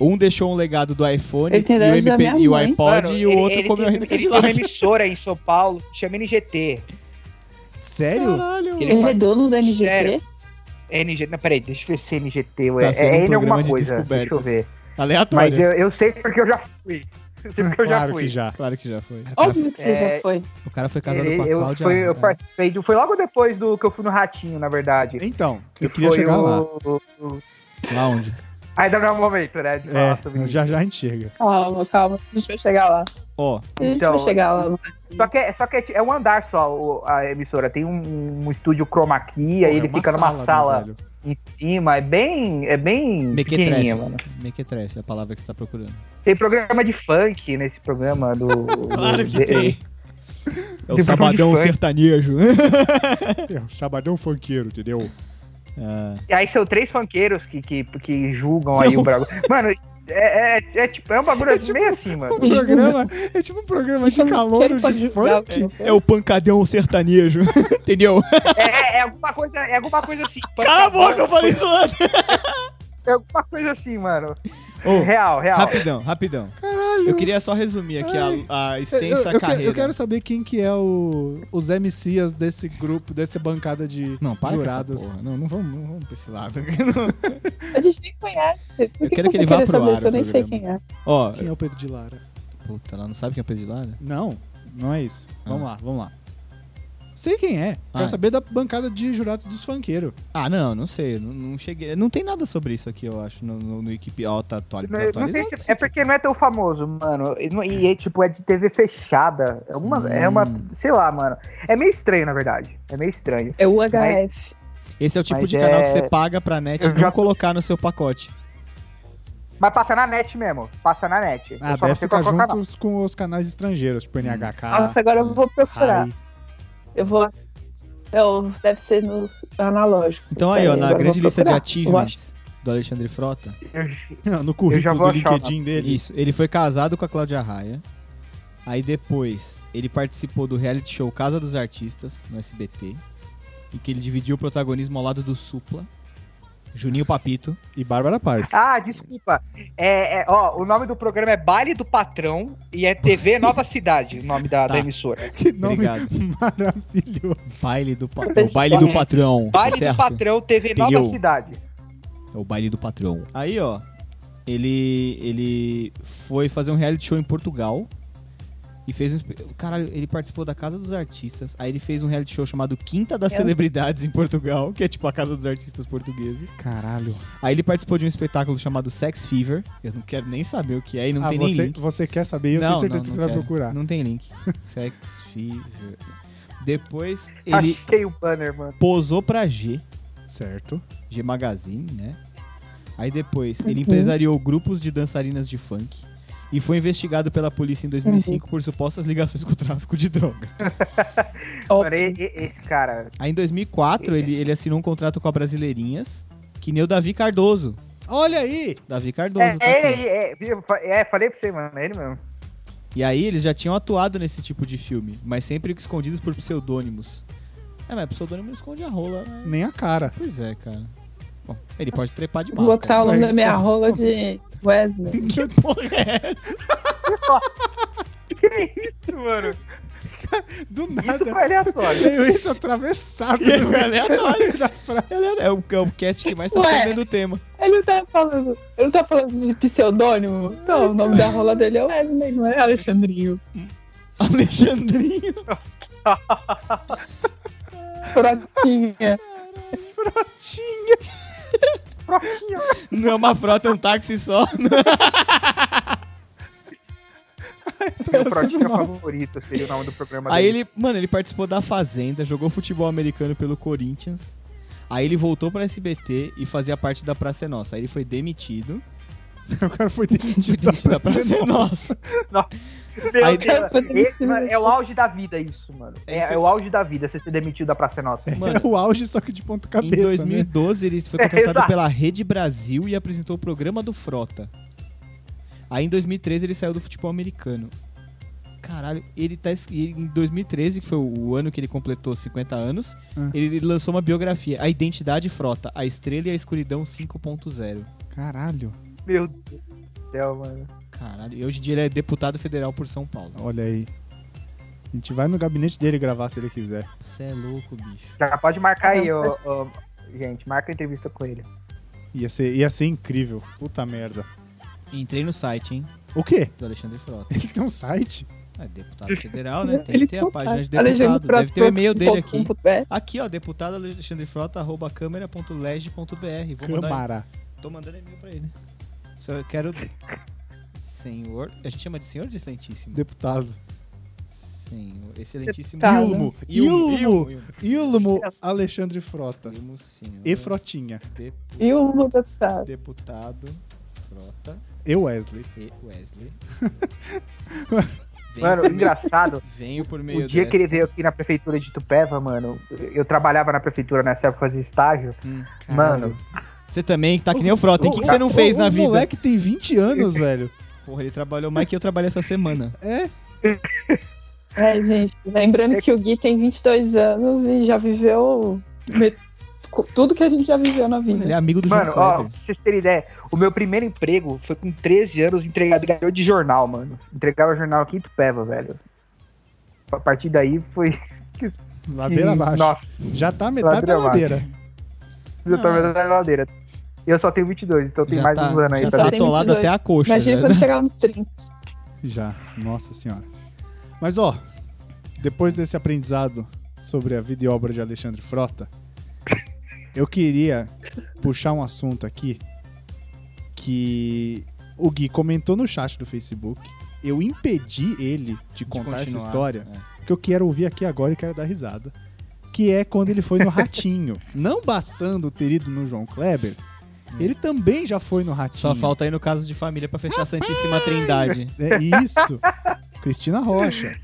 B: Um deixou um legado do iPhone,
C: Ele tem
B: e o,
C: idade da
B: MP,
C: minha
B: e o
C: mãe.
B: iPod,
E: Mano,
B: e o
E: ele-
B: outro
E: ele
B: comeu a
E: tem,
B: Rita
E: ele tem uma
B: Cadillac.
E: emissora em São Paulo, chama NGT.
A: Sério?
E: Ele
C: Ele é
E: faz-
C: dono da NGT?
E: Sério? NG... Não, peraí, deixa eu ver se é NGT ou
B: Tá
E: é,
B: sendo um
E: é N
B: programa
E: alguma
B: de
E: coisa. Deixa eu
B: descobertas.
E: ver.
B: Aleatório.
D: Mas eu, eu sei porque eu
A: [laughs]
D: já fui. Eu sei porque eu já
A: claro
D: fui.
A: que já.
B: Claro que já foi. O cara, foi-
C: Óbvio que você já
D: É,
C: foi.
B: o cara foi casado
D: Ele-
B: com a
D: eu,
B: Cláudia.
D: fui- eu
B: Raia.
D: participei de- Foi logo depois do que eu fui no Ratinho, na verdade.
A: Então,
D: Que
A: eu queria
D: foi
A: chegar
D: o-
A: lá.
B: Lá onde?
D: Ainda não é o momento, né? De falar
A: É,
D: sobre
A: mas
D: isso.
A: já já a gente chega.
C: Calma, calma. A gente vai chegar lá.
B: Ó,
C: A gente
D: Então,
C: vai chegar lá.
D: Só que, é, só que é ti- é um andar só o- a emissora. Tem um, um estúdio chroma key, aí
A: É
D: ele
A: uma
D: fica numa
A: né,
D: sala
A: velho?
D: em cima. É bem, é bem pequenininha, mano.
B: mequetrefe. Mequetrefe é a palavra que você tá procurando.
D: Tem programa de funk nesse
A: [laughs]
D: programa do...
B: Claro
D: do-
B: que
D: de-
B: tem. É o
D: Depois
B: sabadão
D: de fã.
B: sertanejo. [laughs]
A: É, o sabadão funkeiro,
D: [laughs]
A: entendeu?
B: Ah,
D: E Aí são três funkeiros que, que, que julgam aí
B: Não.
D: o Brasil. Mano, É, é, é tipo, é um bagulho
A: um- [laughs] É tipo-
D: meio assim, mano.
A: Um programa, é tipo um programa de
C: Eu não
A: calor
C: quero
A: de
C: julgar o
A: funk.
B: É o pancadão sertanejo. [laughs] Entendeu?
D: É, é, é alguma coisa, é alguma coisa assim.
B: Cala a boca, eu falei isso antes.
D: É alguma coisa assim, mano.
B: Ô,
D: Real, real.
B: rapidão, rapidão.
A: Caralho.
B: Eu queria só resumir aqui
A: Ai.
B: a, a
A: Eu- eu-
B: extensa
A: eu que-
B: carreira.
A: eu quero saber quem que é o, os MCs desse grupo, dessa bancada de
B: Não, para com essa
A: jurados.
B: porra. Não, não vamos, não vamos pra esse lado.
C: A gente nem conhece. Por
B: Eu quero que ele vá
C: eu vou querer
B: pro
C: saber
B: ar
C: se eu
B: o
C: nem sei
B: programa.
C: quem é?
B: Ó,
A: Quem é o Pedro de Lara?
B: puta, ela não sabe quem é o Pedro de Lara?
A: Não, não é isso. Vamos
B: Ah.
A: lá, vamos lá. Sei quem é.
B: Ah.
A: Quero saber da bancada de jurados dos funkeiros.
B: Ah, não, não sei. Não, não cheguei. Não tem nada sobre isso aqui, eu acho, no, no, no Wikipedia tá atual.
D: Não, não sei
B: assim,
D: se, é porque não é tão famoso, mano. E, não- e é tipo, é de TV fechada. É uma, é uma.
B: Hum.
D: Sei lá, mano. É meio estranho, na verdade. É meio estranho.
C: É o HF.
B: Esse é o tipo
D: Mas
B: de canal
D: é-
B: que você paga pra net
D: Eu
B: não
D: já-
B: colocar no seu pacote.
D: Mas passa na net mesmo. Passa na net.
A: Ah,
D: Eu só não
A: deve ficar
D: sei qual é o canal. Ah,
A: juntos com os canais estrangeiros, tipo NHK.
C: Nossa, agora eu vou
D: é.
C: procurar.
A: Rai.
C: Eu vou. Não, deve ser nos analógicos.
B: Então aí, ó,
C: Peraí,
B: na
C: agora eu
B: grande
C: vou
B: lista de
C: procurar. Eu acho.
B: achievements do Alexandre Frota,
D: Eu-
A: [laughs] no
D: já
A: currículo
D: vou
A: do
D: achar o
A: LinkedIn dele.
B: isso, ele foi casado com a Cláudia Raia. Aí depois, ele participou do reality show Casa dos Artistas, no SBT, e que ele dividiu o protagonismo ao lado do Supla, Juninho [laughs] Papito.
A: E Bárbara Paz.
D: Ah, desculpa.
E: Desculpa. É, é, ó, o nome do programa é Baile do Patrão e é
B: [laughs]
E: TV Nova Cidade, o nome da,
B: Tá.
E: da emissora.
A: que nome
B: Obrigado.
A: maravilhoso.
B: Baile do [laughs] patrão.
C: Pensei-
B: O baile do patrão. tá
E: Baile do
B: certo?
E: Patrão, TV Nova
B: Entendeu?
E: Cidade.
B: É o baile do patrão. Aí, ó, ele ele foi fazer um reality show em Portugal e fez um espe- caralho, ele participou da Casa dos Artistas. Aí ele fez um reality show chamado Quinta das
C: Eu-
B: Celebridades em Portugal, que é tipo a Casa dos Artistas portuguesa.
A: Caralho.
B: Aí ele participou de um espetáculo chamado Sex Fever. Eu não quero nem saber o que é e não
A: ah,
B: tem nem
A: você,
B: link.
A: você quer saber? Eu
B: Não,
A: tenho certeza
B: não,
A: que você
B: não
A: vai
B: quero.
A: procurar.
B: Não tem link. [laughs] Sex Fever. Depois ele
D: Achei o banner, mano.
B: posou pra G.
A: Certo.
B: G Magazine, né? Aí depois,
A: Uhum.
B: ele empresariou grupos de dançarinas de funk e foi investigado pela polícia em
A: Uhum.
B: 2005 por supostas ligações [laughs] com o tráfico de drogas.
D: Mano, e- e- esse cara.
B: Aí em 2004, ele, ele assinou um contrato com a Brasileirinhas, que nem o Davi Cardoso.
A: Olha aí!
B: Davi Cardoso,
D: É,
B: tá
D: é,
B: aqui.
D: ele, é, viu? Fa- é, falei pra você, mano. É ele mesmo.
B: E aí eles já tinham atuado nesse tipo de filme, mas sempre escondidos por pseudônimos. É, mas pseudônimo não esconde a rola, né?
A: Nem a cara.
B: Pois é, cara. Bom, ele pode trepar de
C: Vou
B: máscara.
C: botar o nome
A: Vai,
C: da minha
A: porra.
C: rola de Wesley.
B: [laughs] Que porra é essa?
D: Que isso, mano?
A: Do
D: Isso
A: nada.
D: foi
A: [laughs]
D: aleatório.
A: Veio isso
B: [laughs]
A: atravessado
B: É
A: no meio
B: aleatório.
A: da frase.
B: É o, é o cast que mais tá
C: Ué.
B: perdendo o tema.
C: Ele não tá falando. Ele não tá falando de pseudônimo. Então, o nome da rola dele é Wesley, não é Alexandrinho.
B: Alexandrinho.
C: Frotinha.
A: Tinha.
B: Não é uma frota, é um táxi só.
D: Meu
A: passando
D: protinho
A: mal.
D: favorito seria o nome do programa
B: Aí
D: dele.
B: ele, mano, ele participou da Fazenda, jogou futebol americano pelo Corinthians. Aí ele voltou pra SBT e fazia parte da Praça é Nossa. Aí ele foi demitido.
A: O cara foi tipo,
B: [laughs]
A: demitido
B: Da Praça é Nossa.
D: Meu
B: aí-
D: Deus, esse, mano, é o auge da vida, isso, mano. É,
B: Ele foi-
D: é o auge da vida, você ser demitido da Praça é Nossa.
B: Mano,
A: É o auge, só que de ponta
B: em
A: cabeça, né?
B: 2012 ele foi
D: É,
B: contratado
D: exato.
B: pela Rede Brasil e apresentou o programa do Frota. Aí em 2013 ele saiu do futebol americano. Caralho, ele tá. es- ele- Em 2013, que foi o ano que ele completou 50 anos,
A: Ah.
B: ele lançou uma biografia, A Identidade Frota, A Estrela e a Escuridão 5.0.
A: Caralho.
D: Meu Deus do céu, mano.
B: Caralho, e hoje em dia ele é deputado federal por São Paulo.
A: Olha aí. A gente vai no gabinete dele gravar se ele quiser.
B: Você é louco, bicho.
D: Já pode marcar aí,
C: Não,
D: ô, ô, gente, marca a entrevista com ele.
A: Ia ser, ia ser incrível. Puta merda.
B: Entrei no site, hein,
A: O quê? [laughs]
B: do Alexandre Frota.
A: Ele tem um site?
B: É deputado federal, né? Tem que
C: Ele tá
B: ter a
C: não
B: página de
C: sabe. Alexandre
B: deputado. Deve ter o e-mail dele
C: Frota,
B: aqui.
C: ponto com.br.
B: Aqui, ó, deputado Alexandre Frota, arroba câmera.lege.br. Vou mandar.
A: Câmara.
B: Tô mandando e-mail pra ele. Só eu quero. Senhor. A gente chama de senhor de excelentíssimo?
A: Deputado.
B: Senhor. Excelentíssimo.
C: Deputado.
A: Ilmo.
B: Ilmo. Ilmo.
A: Ilmo. Ilmo Alexandre Frota.
B: Ilmo. Ilmo, senhor.
A: E Frotinha.
B: Depu-
C: E o deputado.
B: Deputado Frota
A: E Wesley.
B: e Wesley. Venho por
D: Mano,
B: meio- [laughs]
D: engraçado.
B: Venho por meio
D: O dia que ele
B: desta.
D: veio aqui na prefeitura de Tupéva, mano, eu trabalhava na prefeitura nessa época, fazia estágio.
B: Hum.
A: Caralho.
D: Mano,
B: Você também, que tá que nem o Frota, hein? O que, que você não
A: o-
B: fez
A: o
B: na vida?
A: moleque tem 20 anos, velho.
B: Porra, ele trabalhou mais que eu trabalhei essa semana.
A: É,
C: Ai, gente, lembrando que o Gui tem 22 anos e já viveu me- co- tudo que a gente já viveu na vida.
B: Ele é amigo do João
A: né,
D: Mano, ó,
B: Kleber.
D: pra vocês terem ideia, o meu primeiro emprego foi com 13 anos entregador de jornal, mano. Entregava jornal aqui em Itupeva, velho. A partir daí foi.
A: [laughs]
D: [laughs]
B: [laughs]
A: ladeira abaixo.
D: Nossa,
A: Já tá metade
D: Ladeira
A: da ladeira.
D: eu tô vendo na ladeira. Eu só tenho 22, então tem
B: Já
D: mais
B: tá,
D: uns anos aí.
B: já
D: pra
B: tá
C: Só
D: ver.
C: tem
B: atolado
C: 22.
B: até a coxa.
C: Imagina
B: né?
C: quando chegar nos
B: [laughs]
C: 30.
A: Já, nossa senhora. Mas ó, depois desse aprendizado sobre a vida e obra de Alexandre Frota, eu queria puxar um assunto aqui que o Gui comentou no chat do Facebook. Eu impedi ele de contar essa
B: continuar,
A: história,
B: é.
A: que eu quero ouvir aqui agora e quero dar risada. Que é quando ele
B: [laughs]
A: foi no Ratinho. Não bastando ter ido no João Kleber, ele também já foi no Ratinho.
B: É. Só falta aí no caso de família pra fechar a Santíssima Trindade.
A: É isso. Cristina Rocha.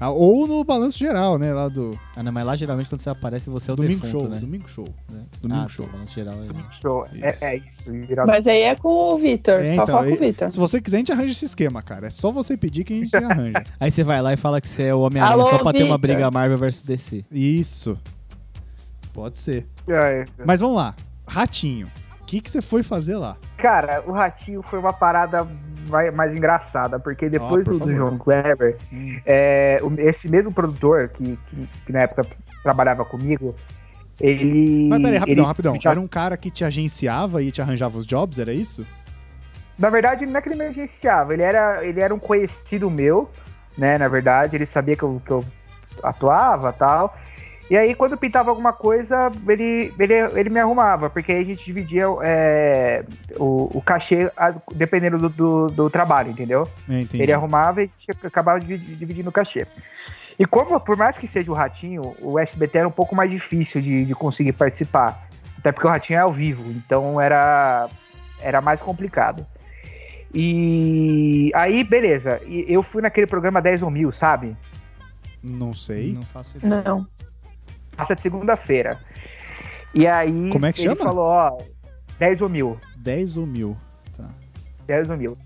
A: Ah, ou no Balanço Geral, né? Lá do
B: Ah, não, mas lá geralmente quando você aparece você é o
A: Domingo
B: defunto,
A: Show.
B: né?
A: Domingo Show.
B: É.
A: Domingo
B: Ah, tá,
A: Show.
B: balanço geral, é.
D: Show.
A: Isso.
D: É, é isso. virado.
C: Mas aí é com o Vitor,
A: É,
C: só
A: então,
C: fala com
A: e-
C: o Vitor.
A: Se você quiser, a gente arranja esse esquema, cara. É só você pedir que a gente arranja.
B: [laughs] Aí você vai lá e fala que você é o Homem-Aranha
C: Alô,
B: só pra ter uma
C: Victor.
B: briga Marvel versus DC.
A: Isso. Pode ser.
D: É, é.
A: Mas vamos lá. Ratinho. O que, que você foi fazer lá?
D: Cara, o Ratinho foi uma parada mais, mais engraçada, porque
A: Ah, por
D: depois do,
A: favor. Hum.
D: do João Kleber, é, o- esse mesmo produtor que, que- que na época trabalhava comigo, ele.
A: Mas peraí, rapidão,
D: ele
A: rapidão.
D: já-
A: Era um cara que te agenciava e te arranjava os jobs, era isso?
D: Na verdade, não é que ele me agenciava, ele era, ele era um conhecido meu, né? Na verdade, ele sabia que eu, que eu atuava tal. E aí, quando pintava alguma coisa, ele, ele, ele me arrumava, porque aí a gente dividia é, o, o cachê as- dependendo do- do, do trabalho, entendeu?
A: É, entendi.
D: Ele um- arrumava e tinha- acabava dividi- dividindo o cachê. E como, por mais que seja o Ratinho, o SBT era um pouco mais difícil de, de conseguir participar. Até porque o Ratinho é ao vivo, então era, era mais complicado. E aí, beleza. E eu fui naquele programa 10 ou mil, sabe?
A: Não sei.
B: Não faço ideia.
C: Não.
D: Passa de segunda-feira. E aí
A: Como é que
D: ele
A: chama?
D: falou, ó, 10 ou mil.
A: 10 ou mil.
D: 10 ou mil.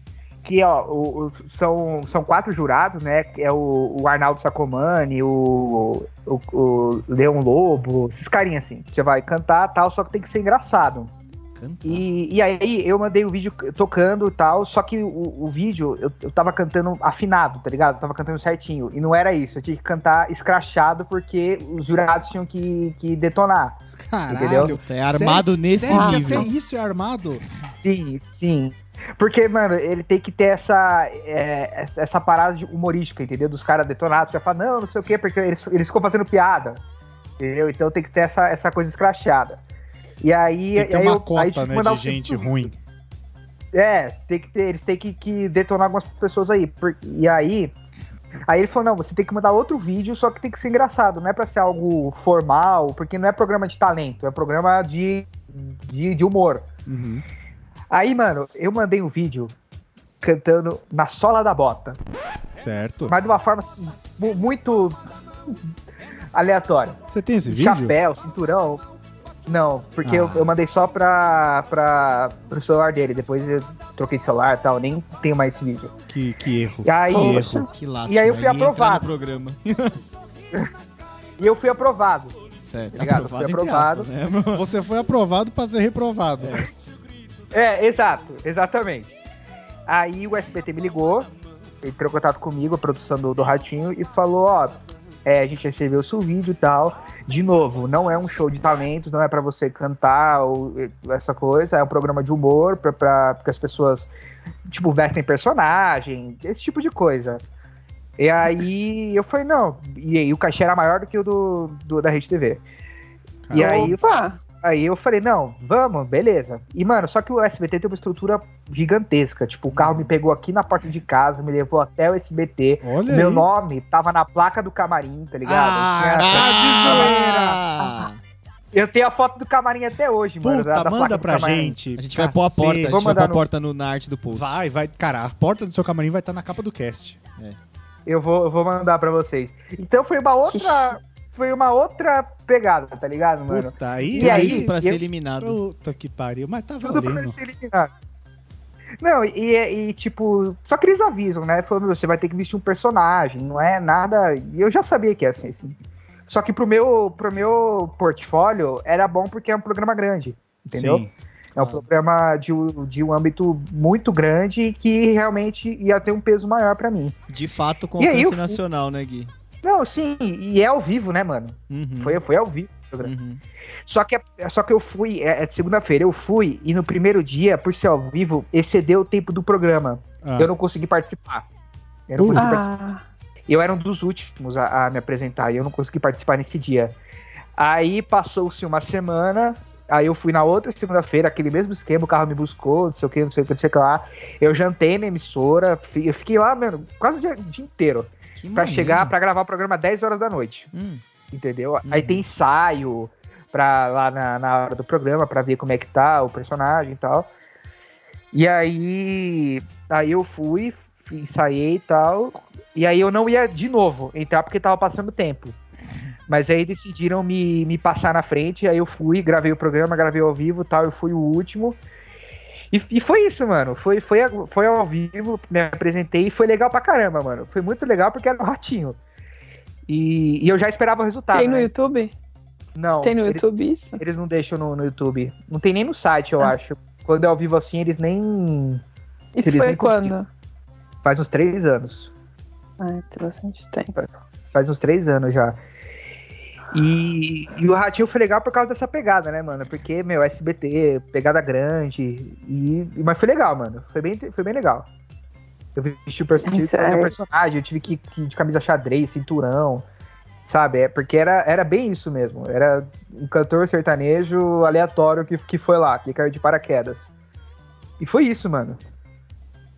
D: Que, ó, o- o- são, são quatro jurados, né? Que é o, o Arnaldo Sacomani, o, o, o Leão Lobo, esses carinhas assim. Você vai cantar tal, só que tem que ser engraçado.
B: Canta.
D: E, e aí eu mandei o vídeo tocando e tal, só que o, o vídeo eu, eu tava cantando afinado, tá ligado? Eu tava cantando certinho. E não era isso, eu tinha que cantar escrachado porque os jurados tinham que, que detonar.
A: Caralho.
D: Entendeu?
B: Puta, É armado nesse
A: Sério que
B: nível.
A: Até isso é armado?
D: Sim, sim. Porque, mano, ele tem que ter essa, é, essa- essa parada de humorística, entendeu? Dos caras detonados, que fala, não, não sei o quê, porque eles, eles ficam fazendo piada. Entendeu? Então tem que ter essa, essa coisa escrachada. E aí.
A: Tem que ter
D: aí
A: uma
D: tipo, eu- aí
A: cota,
D: tive que
A: né,
D: mandar
A: de
D: o segundo
A: gente
D: vídeo.
A: ruim.
D: É, tem que ter, eles têm que, que detonar algumas pessoas aí. Por- e aí. Aí ele falou, não, você tem que mandar outro vídeo, só que tem que ser engraçado, não é pra ser algo formal, porque não é programa de talento, é programa de, de, de humor.
A: Uhum.
D: Aí, mano, eu mandei um vídeo cantando na sola da bota,
A: Certo.
D: mas de uma forma assim, mu- muito aleatória.
A: Você tem esse vídeo?
D: Chapéu, cinturão. Não, porque eu,
A: Ah.
D: eu mandei só pra, pra, pro celular dele. Depois eu troquei de celular e tal, nem tenho mais esse vídeo.
A: Que, que erro.
D: E aí,
A: que
C: Poxa.
A: erro.
B: Que lástima.
D: E aí eu fui
B: ele ia entrar
D: aprovado.
B: no programa.
D: e eu fui aprovado.
B: Certo.
D: Obrigado,
B: aprovado,
D: fui
B: entre
D: aprovado.
B: aspas, né, mano?
A: Você foi aprovado pra ser reprovado.
D: É, exato, exatamente. Aí o SBT me ligou, entrou em contato comigo, a produção do, do Ratinho, e falou, ó, é, a gente recebeu o seu vídeo e tal. De novo, não é um show de talentos, não é pra você cantar ou eh, essa coisa, é um programa de humor, pra, pra, porque as pessoas, tipo, vestem personagem, esse tipo de coisa. E aí eu falei, não, e aí o cachê era maior do que o do, do- da Rede TV. E aí eu
C: Opa!
D: Aí eu falei, não, vamos, beleza. E, mano, só que o SBT tem uma estrutura gigantesca. Tipo, o carro me pegou aqui na porta de casa, me levou até o SBT.
A: Olha
D: Meu
A: aí.
D: nome tava na placa do camarim, tá ligado?
A: Uhum. Ah,
D: Eu tinha-
B: Ah, de Tá zoeira!
D: eu tenho a foto do camarim até hoje, mano. tá
A: Puta,
D: da- da placa
A: manda
D: do
A: pra
D: camarim.
A: gente.
B: A gente vai pôr a porta, a
A: Cacete.
B: gente
D: Vamos
B: vai pôr
D: mandar
B: a
D: no-
B: porta no, na arte do post.
A: Vai, vai. Cara, a porta do seu camarim vai estar na capa do cast.
D: Eu vou, eu vou mandar pra vocês. Então foi uma outra. foi uma outra pegada, tá ligado, mano?
A: Puta, aí. é
D: E
B: Tudo
D: aí,
B: isso pra
D: eu-
B: ser eliminado.
A: Puta que pariu, mas tá
D: Tudo pra
A: valendo.
D: se eliminar. Não, e, e, tipo, só que eles avisam, né? Falando, você vai ter que vestir um personagem, não é nada. E eu já sabia que ia ser assim. Só que pro meu, pro meu portfólio era bom porque é um programa grande, entendeu?
A: Sim.
D: É um
B: Claro.
D: programa de, um- de um âmbito muito grande e que realmente ia ter um peso maior pra mim.
B: De fato, com
D: E aí,
B: alcance
D: eu fui-
B: nacional, né, Gui?
D: Não, sim, e é ao vivo, né, mano?
B: Uhum.
D: Foi, foi ao vivo. o programa.
B: Uhum.
D: Só que, só que eu fui, é, é de segunda-feira, eu fui e no primeiro dia, por ser ao vivo, excedeu o tempo do programa.
A: Ah,
D: Eu não consegui participar. Eu, não
A: Putz.
D: consegui participar.
C: Ah,
D: eu era um dos últimos a, a me apresentar e eu não consegui participar nesse dia. Aí passou-se uma semana, aí eu fui na outra segunda-feira, aquele mesmo esquema, o carro me buscou, não sei o que, não sei o que, não sei o que lá. Eu jantei na emissora, fi- eu fiquei lá, mano, quase o dia, o dia inteiro.
B: Que
D: Pra
B: maneiro.
D: chegar, pra gravar o programa 10 horas da noite
B: Hum.
D: entendeu? Aí tem ensaio pra, lá na, na hora do programa pra ver como é que tá o personagem e tal. E aí, aí eu fui, fui, ensaiei e tal. E aí eu não ia de novo entrar porque tava passando tempo. Mas aí decidiram me, me passar na frente, aí eu fui, gravei o programa, gravei ao vivo e tal, eu fui o último. E, e foi isso, mano. Foi, foi, a- foi ao vivo, me apresentei e foi legal pra caramba, mano. Foi muito legal porque era um ratinho. E, e eu já esperava o resultado.
C: tem no
D: né?
C: YouTube?
D: Não.
C: Tem no
D: eles-
C: YouTube isso?
D: Eles não deixam no, no YouTube. Não tem nem no site,
C: Ah.
D: eu acho. Quando é ao vivo assim, eles nem.
C: Isso
D: Eles
C: foi
D: nem conseguiram.
C: quando?
D: Faz uns três anos.
C: Ah, tem bastante tempo.
D: Faz uns três anos já. E, e o Ratinho foi legal por causa dessa pegada, né, mano? Porque, meu, SBT, pegada grande. E, e- mas foi legal, mano. Foi bem, foi bem legal. Eu vesti o perso- tive que
C: Isso
D: fazer
C: é-
D: o personagem, eu tive que, que ir de camisa xadrez, cinturão. Sabe? É porque era, era bem isso mesmo. Era um cantor sertanejo aleatório que, que foi lá, que caiu de paraquedas. E foi isso, mano.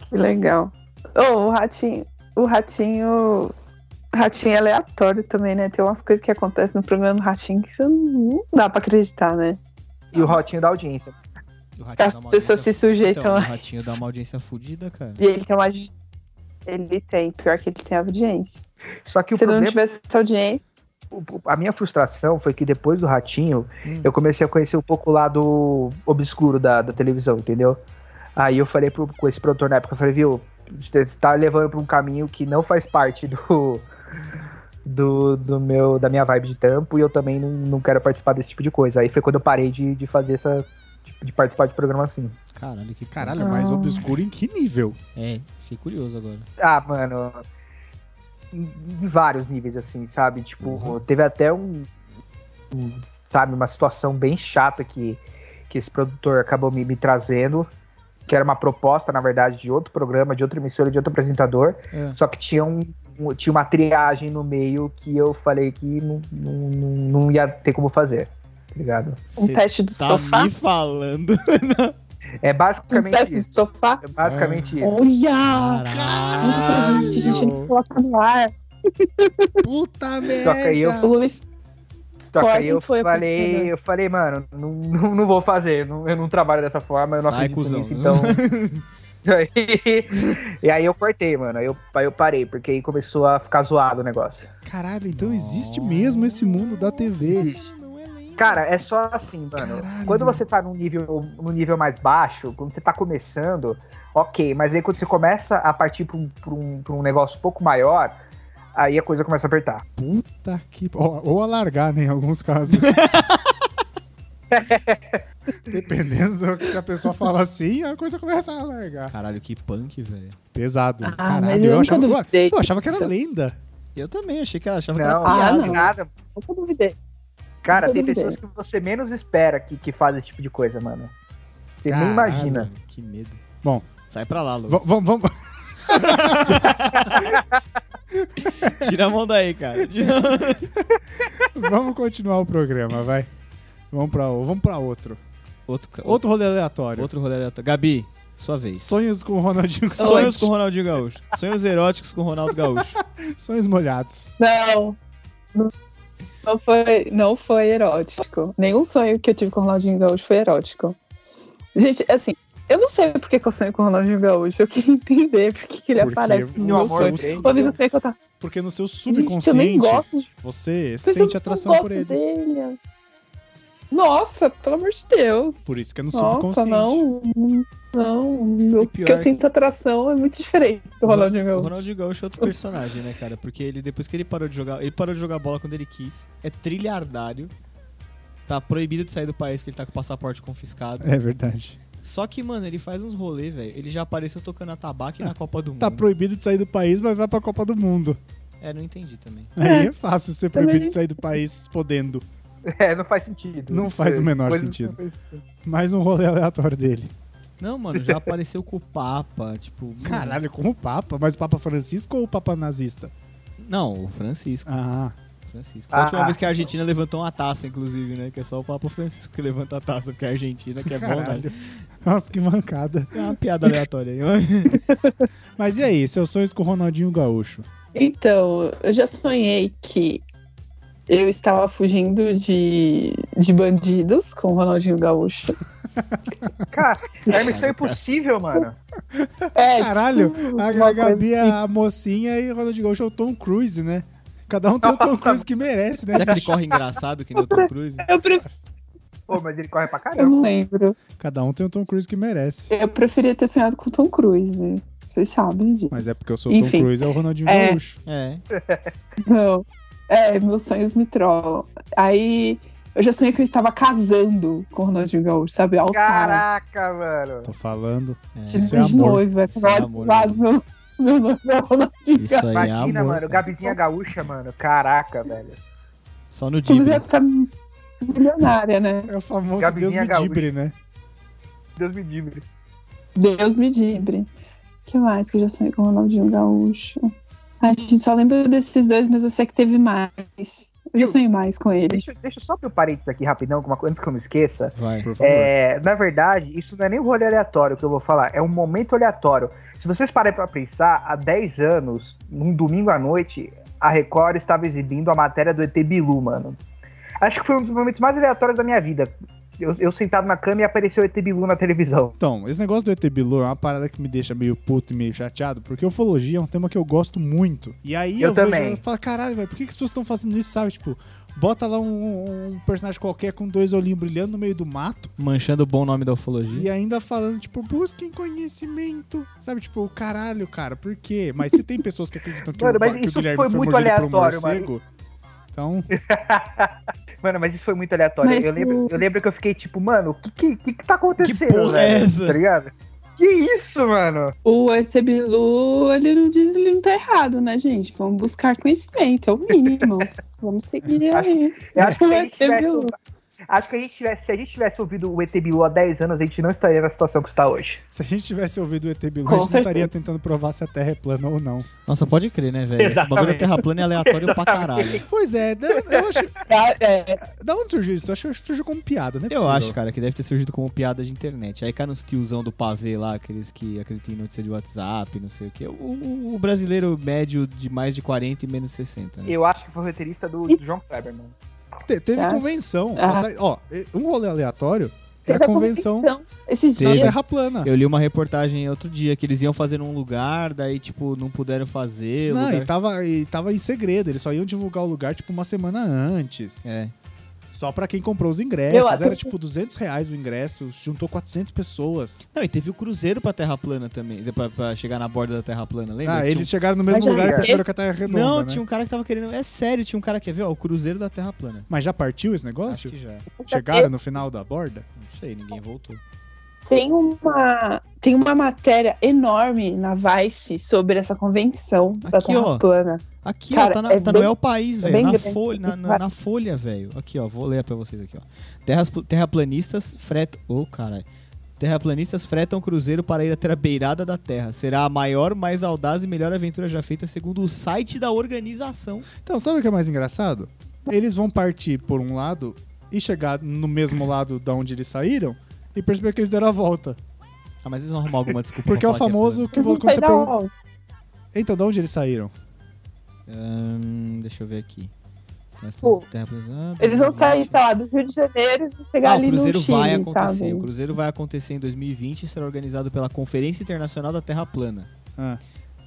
C: Que legal. Oh, o ratinho. O ratinho. Ratinho é aleatório também, né? Tem umas coisas que acontecem no programa do Ratinho que você não dá pra acreditar, né?
D: E o Rotinho da audiência.
B: E o ratinho
C: As
B: dá uma
C: pessoas se
B: audiência-
C: sujeitam
B: Então,
C: a- [laughs]
B: o ratinho dá uma audiência fudida, cara.
C: E ele tem uma. Ele tem, pior que ele tem audiência.
D: Só que o
C: Se não
D: problema, é,
C: tivesse essa audiência,
D: o- a minha frustração foi que depois do Ratinho,
B: Hum.
D: eu comecei a conhecer um pouco o lado obscuro da, da televisão, entendeu? Aí eu falei pro, com esse produtor na época, eu falei, viu, você tá levando pra um caminho que não faz parte do, do, do meu, da minha vibe de tampo e eu também não, não quero participar desse tipo de coisa. Aí foi quando eu parei de, de fazer essa, de, de participar de programa assim.
B: Caralho, que
A: Caralho, mas
C: Ah.
A: obscuro em que nível?
B: É, fiquei curioso agora.
D: Ah, mano. Em em vários níveis, assim, sabe? Tipo,
B: Uhum.
D: teve até um, um, Sabe, uma situação bem chata que, que esse produtor acabou me, me trazendo. Que era uma proposta, na verdade, de outro programa, de outra emissora, de outro apresentador.
B: É.
D: Só que tinha, um, um- tinha uma triagem no meio que eu falei que não, não, não- não ia ter como fazer. Tá ligado?
C: um
B: Cê
C: teste do
B: tá
C: sofá.
B: me falando.
D: É
C: Um
D: basicamente
C: teste
D: isso.
C: do sofá.
D: É basicamente isso.
C: Olha!
A: Caralho!
C: gente, a gente né? não coloca no ar.
A: Puta
D: Só que aí eu
C: O
A: merda!
C: Luiz
D: Só que aí
C: Corre,
D: eu
C: foi né? a
D: falei,
C: pessoa.
D: eu falei, mano, não, não, não vou fazer, não- eu não trabalho dessa forma, eu não
B: Sai,
D: acredito
B: cuzão. [laughs]
D: nisso, então. Aí- e aí eu cortei, mano. Aí eu, aí eu parei, porque aí começou a ficar zoado o negócio.
A: Caralho, então existe mesmo esse mundo da TV.
D: Existe. Cara, é só assim, mano.
A: Caralho.
D: Quando você tá num nível, num nível mais baixo, quando você tá começando, ok, mas aí quando você começa a partir pra um, pra um, pra um negócio um pouco maior, aí a coisa começa a apertar.
A: Puta que. Tá Ou, ou alargar, né? Em alguns
D: [laughs]
A: casos. Dependendo do que se a pessoa fala assim, a coisa começa a alargar.
B: Caralho, que punk, velho.
A: Pesado.
C: Ah,
A: Caralho,
C: mas eu
A: eu,
C: nunca
A: achava,
C: duvidei
A: eu achava que era
C: disso.
A: lenda.
B: Eu também achei que ela achava que era
D: Não,
C: Ah,
D: não,
B: piada.
D: tem nada.
C: nunca duvidei.
D: Cara,
C: Nunca
D: tem
C: duvidei.
D: pessoas que você menos espera que, que fazem esse tipo de coisa, mano. Você nem
A: Caralho.
D: imagina. [laughs]
B: Caralho, Que medo.
A: Bom.
B: Sai pra lá, Lu.
A: Vamos, vamos, vamos.
B: [laughs] Tira a mão daí, cara. Tira a mão.
A: [laughs] Vamos continuar o programa, vai. Vamos pra, vamos pra outro.
B: Outro, ca-
A: Outro rolê aleatório.
B: outro rolê aleatório. Gabi, sua vez.
A: Sonhos com o Ronaldinho
B: Sonhos
A: Gaúcho.
B: com Ronaldinho Gaúcho. Sonhos eróticos com Ronaldo Gaúcho.
A: Sonhos molhados.
C: Não. Não foi, não foi erótico. Nenhum sonho que eu tive com o Ronaldinho Gaúcho foi erótico. Gente, assim, eu não sei por que, que eu sonho com o Ronaldinho Gaúcho. Eu queria entender por que, que ele
A: Porque é
C: aparece no
A: o
C: meu
D: amor
C: sonho.
A: seu-
C: Uma vez eu sonhei que eu tava.
A: Porque no seu
C: Gente, eu nem
A: subconsciente
C: gosto de
A: você
C: Mas eu
A: sente
C: não
A: atração
C: gosto
A: por ele.
C: dele. Nossa, pelo amor de Deus.
A: Por isso que é no
C: Nossa,
A: subconsciente.
C: não. Não.
B: E
C: O
B: pior
C: que eu
B: que-
C: sinto atração é muito diferente do Ronaldinho
B: O
C: Gaúcho.
B: Ronaldinho Gaúcho é outro personagem, né, cara? Porque ele, depois que ele parou de jogar, ele parou de jogar bola quando ele quis, é trilhardário, tá proibido de sair do país que ele tá com o passaporte confiscado.
A: É verdade.
B: Só que, mano, ele faz uns rolê, velho. Ele já apareceu tocando a tabaco na Copa do Mundo.
A: Tá proibido de sair do país, mas vai pra Copa do Mundo.
B: É, não entendi também.
A: Aí é fácil ser
C: Também.
A: proibido de sair do país podendo.
D: É, não faz sentido.
A: Não faz o menor
D: Coisas
A: sentido.
D: que não faz-
A: Mais um rolê aleatório dele.
B: Não, mano, já apareceu com o Papa, tipo... mano,
A: Caralho, com o Papa, mas o Papa Francisco ou o Papa nazista?
B: Não, o Francisco,
A: Ah,
B: o Francisco. Foi A
D: Ah.
B: última vez que a Argentina levantou uma taça, inclusive, né? Que é só o Papa Francisco que levanta a taça, porque é a Argentina, que é bom, né?
A: caralho. Nossa, que mancada.
B: É uma piada aleatória aí.
A: Mas e aí, seus sonhos com o Ronaldinho Gaúcho?
C: Então, eu já sonhei que eu estava fugindo de, de bandidos com o Ronaldinho Gaúcho.
D: Cara, é missão impossível, mano.
C: [laughs] É,
A: Caralho,
C: tipo,
A: A,
C: uma
A: a Gabi é a mocinha e o Ronaldinho Gaúcho é o Tom Cruise, né? Cada um tem o Tom Cruise que merece, né?
B: Será que ele corre engraçado que nem o
D: [laughs]
B: Tom Cruise?
C: coisa- Eu, pref-
D: Pô, mas ele corre pra
C: eu
D: caramba.
C: não lembro.
A: Cada um tem o Tom Cruise que merece.
C: Eu preferia ter sonhado com o Tom Cruise. Vocês sabem disso.
A: Mas é porque eu sou o Tom
C: Enfim.
A: Cruise, é o Ronaldinho
C: É.
A: Gaúcho.
B: É.
C: [laughs] Não. É, meus sonhos me trollam. Aí eu já sonhei que eu estava casando com o Ronaldinho Gaúcho, sabe? Altar.
D: Caraca, mano.
A: Tô falando.
B: é.
C: de-
A: isso é
C: de
A: amor.
C: noiva.
B: Isso é
C: casado,
B: amor,
C: casado, meu, meu nome é Ronaldinho
B: Isso
C: Gaúcho.
B: aí é
D: Imagina,
B: amor. cara.
D: mano. Gabizinha gaúcha, mano. Caraca, velho.
B: Só no
C: Você
B: Dibra.
C: já tá milionária, né?
A: É o famoso
D: Gabizinha
A: Deus me
D: Gaúcho.
A: dibre, né?
D: Deus me livre.
C: Deus me dibre. O que mais que eu já sonhei com o Ronaldinho Gaúcho? A gente só lembra desses dois, mas eu sei que teve mais. Eu já
D: Viu?
C: sonhei mais com ele.
D: Deixa, deixa eu só abrir um parênteses aqui rapidão, com uma coisa antes que eu me esqueça.
B: Vai.
A: Por favor.
D: É, na verdade, isso não é nem um rolê aleatório que eu vou falar, é um momento aleatório. Se vocês pararem pra pensar, há 10 anos, num domingo à noite, a Record estava exibindo a matéria do ET Bilu, mano. Acho que foi um dos momentos mais aleatórios da minha vida. Eu, eu sentado na cama e apareceu o ET Bilu na televisão. [laughs]
A: Então, esse negócio do ET Bilu é uma parada que me deixa meio puto e meio chateado, porque ufologia é um tema que eu gosto muito. E aí eu,
D: Eu também.
A: vejo e falo, caralho, velho, por que, que as pessoas estão fazendo isso, sabe? Tipo, bota lá um, um personagem qualquer com dois olhinhos brilhando no meio do mato
B: Manchando o bom nome da ufologia.
A: e ainda falando, tipo, busquem conhecimento. Sabe, tipo, caralho, cara, por quê? Mas se tem pessoas que acreditam que,
D: Mano,
A: o,
D: mas
A: que o
D: isso
A: Guilherme
D: foi
A: foi,
D: muito
A: mordido por um
D: aleatório, mano.
A: morcego... Então, [laughs]
D: Mano, mas isso foi muito aleatório.
C: Mas
D: eu, lembro,
C: o-
D: eu lembro que eu fiquei tipo, mano, o que, que, que que tá acontecendo?
B: Que porra é
D: velho?
B: essa?
D: Tá ligado? Que isso, mano?
C: O ET Bilu, ele não diz, ele não tá errado, né, gente? Vamos buscar conhecimento, é o mínimo. Vamos seguir aí.
D: Eu acho que se a gente
C: O ET
D: tivesse.
C: Bilu.
D: Acho que a gente tivesse, se a gente tivesse ouvido o ET Bilu há 10 anos, a gente não estaria na situação que está hoje.
A: se a gente tivesse ouvido o ET Bilu,
C: Com
A: a gente não
C: certeza.
A: estaria tentando provar se a Terra é plana ou não.
B: Nossa, pode crer, né, velho? Esse bagulho da
D: Exatamente.
B: Terra plana é aleatório pra caralho.
A: Pois é, eu, eu acho...
C: Ah, é.
A: Da onde surgiu isso? Eu acho que surgiu como piada, né?
B: Eu acho, cara, que deve ter surgido como piada de internet. Aí cai nos tiozão do pavê lá, aqueles que acreditam em notícia de WhatsApp, não sei o quê. O, o- o brasileiro médio de mais de 40 e menos 60. Né?
D: Eu acho que foi o roteirista do, do João Kleber, mano.
A: Te- teve
C: Você acha?
A: convenção.
C: Ah.
A: Ó, e- um rolê aleatório é
C: Teve
A: a convenção da
C: Esses
B: Teve.
C: dias,
A: Terra Plana.
B: Eu li uma reportagem outro dia que eles iam fazer num lugar, daí, tipo, não puderam fazer. o
A: Não,
B: lugar-
A: e tava, e tava em segredo. Eles só iam divulgar o lugar, tipo, uma semana antes.
B: É.
A: Só pra quem comprou os ingressos.
C: Eu até-
A: Era, tipo, 200 reais o ingresso. Juntou 400 pessoas.
B: Não, e teve o cruzeiro pra Terra plana também, de- pra, pra chegar na borda da Terra plana, lembra?
A: ah,
B: Tinha um-
A: eles chegaram no mesmo
C: Mas já
A: lugar e
D: era.
A: perceberam que a Terra é redonda,
B: Não,
A: né?
B: tinha um cara que tava querendo... É sério, tinha um cara que quer ver, ó, o cruzeiro da Terra plana.
A: Mas já partiu esse
B: Acho
A: negócio?
B: que já.
A: Chegaram no final da borda?
B: Não sei, ninguém voltou.
C: tem uma, tem uma matéria enorme na Vice sobre essa convenção da
B: Aqui,
C: Terra
B: ó.
C: plana.
B: Aqui, ó,
C: Cara,
B: tá, na,
C: é
B: tá no
C: bem-
B: El País, velho.
C: bem
B: na,
C: grande.
B: folha, na, na- na folha, velho. Aqui, ó, vou ler pra vocês aqui, ó. Terras, terraplanistas fretam... Ô, caralho. Terraplanistas fretam cruzeiro para ir até a beirada da Terra. Será a maior, mais audaz e melhor aventura já feita, segundo o site da organização.
A: Então, sabe o que é mais engraçado? Eles vão partir por um lado e chegar no mesmo lado da onde eles saíram e perceber que eles deram a volta.
B: Ah, mas eles vão arrumar alguma desculpa. pra
A: Porque é o
B: falar que
A: famoso que
C: Eu
A: vo-
C: não
A: quando
C: sei
A: você
C: da
A: pergunta.
C: onde.
A: Então, de onde eles saíram?
B: plano. Hum, deixa eu ver aqui. Terras-
C: Pô,
B: terraplanistas- ah,
C: Eles vão sair,
B: terraplanistas-
C: sei lá, do Rio de Janeiro e vão chegar
B: Ah, o
C: ali no
B: Cruzeiro
C: Chile,
B: vai acontecer.
C: sabe?
B: O Cruzeiro vai acontecer em 2020 e será organizado pela Conferência Internacional da Terra Plana.
A: Ah.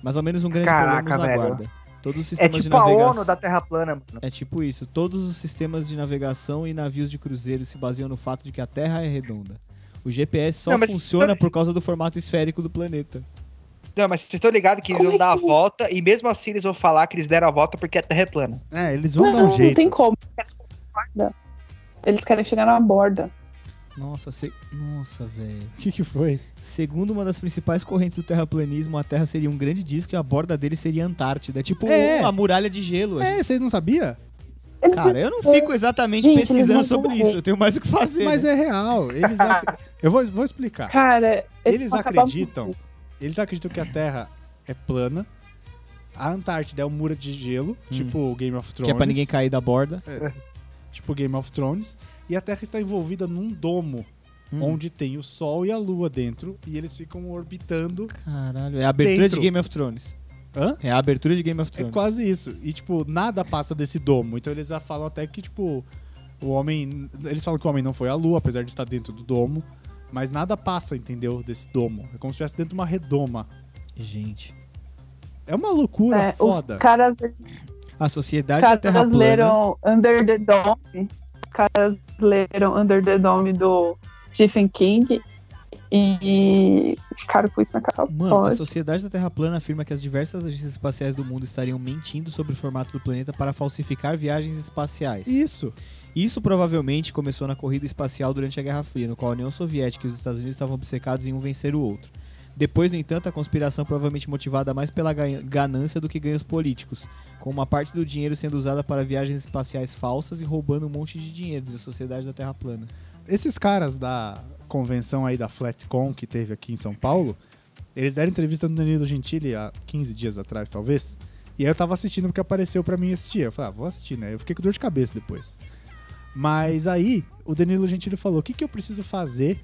B: Mais ou menos um grande
D: Caraca,
B: problema nos
D: velho.
B: aguarda. Todos os
D: É
B: sistemas de
D: tipo a
B: navegação.
D: ONU da Terra plana, mano.
B: É tipo isso. Todos os sistemas de navegação e navios de cruzeiro se baseiam no fato de que a Terra é redonda. O GPS só
E: Não, mas-
B: funciona
E: não, mas-
B: por causa do formato esférico do planeta.
E: Não, mas vocês estão ligados que eles
C: Como
E: vão
C: é
E: dar a
C: que-
E: volta e mesmo assim eles vão falar que eles deram a volta porque a Terra é plana.
A: É, eles vão
C: Não,
A: dar um
C: não
A: jeito.
C: tem como. Eles querem chegar na borda.
B: Nossa, se... Nossa, velho.
A: [laughs] O que, que foi?
B: Segundo uma das principais correntes do terraplanismo, a Terra seria um grande disco e a borda dele seria a Antártida. É tipo
A: É.
B: uma muralha de gelo.
A: É, vocês não sabiam?
C: Eles
B: Cara, eu não fico exatamente
C: É. Gente, eles um
B: pesquisando
C: não
B: sobre
C: vão-
B: isso. Eu tenho mais o que fazer. né?
A: Mas é real. Eles
C: [laughs]
A: ac- Eu vou, vou explicar.
C: Cara,
A: Eles
C: vão acabar
A: acreditam.
C: muito.
A: Eles acreditam que a Terra é plana. A Antártida é um muro de gelo,
B: Hum.
A: tipo Game of Thrones.
B: Que é pra ninguém cair da borda.
A: É. Tipo Game of Thrones. E a Terra está envolvida num domo,
B: Hum.
A: onde tem o Sol e a Lua dentro. E eles ficam orbitando.
B: Caralho, é a abertura
A: Dentro.
B: de Game of Thrones.
A: Hã?
B: É a abertura de Game
A: É
B: of Thrones.
A: quase isso. E, tipo, nada passa desse domo. Então eles já falam até que, tipo, o homem. Eles falam que o homem não foi à lua, apesar de estar dentro do domo. Mas nada passa, entendeu? Desse domo. É como se estivesse dentro de uma redoma.
B: Gente.
A: É uma loucura
C: É, os
A: foda.
C: caras,
B: A sociedade da
C: caras
B: é Terra plana. né?
C: leram Under the Dome. Os caras leram Under the Dome do Stephen King e ficaram com isso na cara.
B: Mano, a sociedade da Terra plana afirma que as diversas agências espaciais do mundo estariam mentindo sobre o formato do planeta para falsificar viagens espaciais.
A: Isso.
B: Isso provavelmente começou na corrida espacial durante a Guerra Fria, no qual a União Soviética e os Estados Unidos estavam obcecados em um vencer o outro. Depois, no entanto, a conspiração provavelmente motivada mais pela ga- ganância do que ganhos políticos, com uma parte do dinheiro sendo usada para viagens espaciais falsas e roubando um monte de dinheiro, diz a Sociedade da Terra Plana.
A: Esses caras da convenção aí da Flatcon que teve aqui em São Paulo, eles deram entrevista no Danilo Gentili há 15 dias atrás, talvez. E aí eu tava assistindo porque apareceu pra mim assistir. Eu falei, ah, vou assistir, né? Eu fiquei com dor de cabeça depois. Mas aí o Danilo Gentili falou: o que, que eu preciso fazer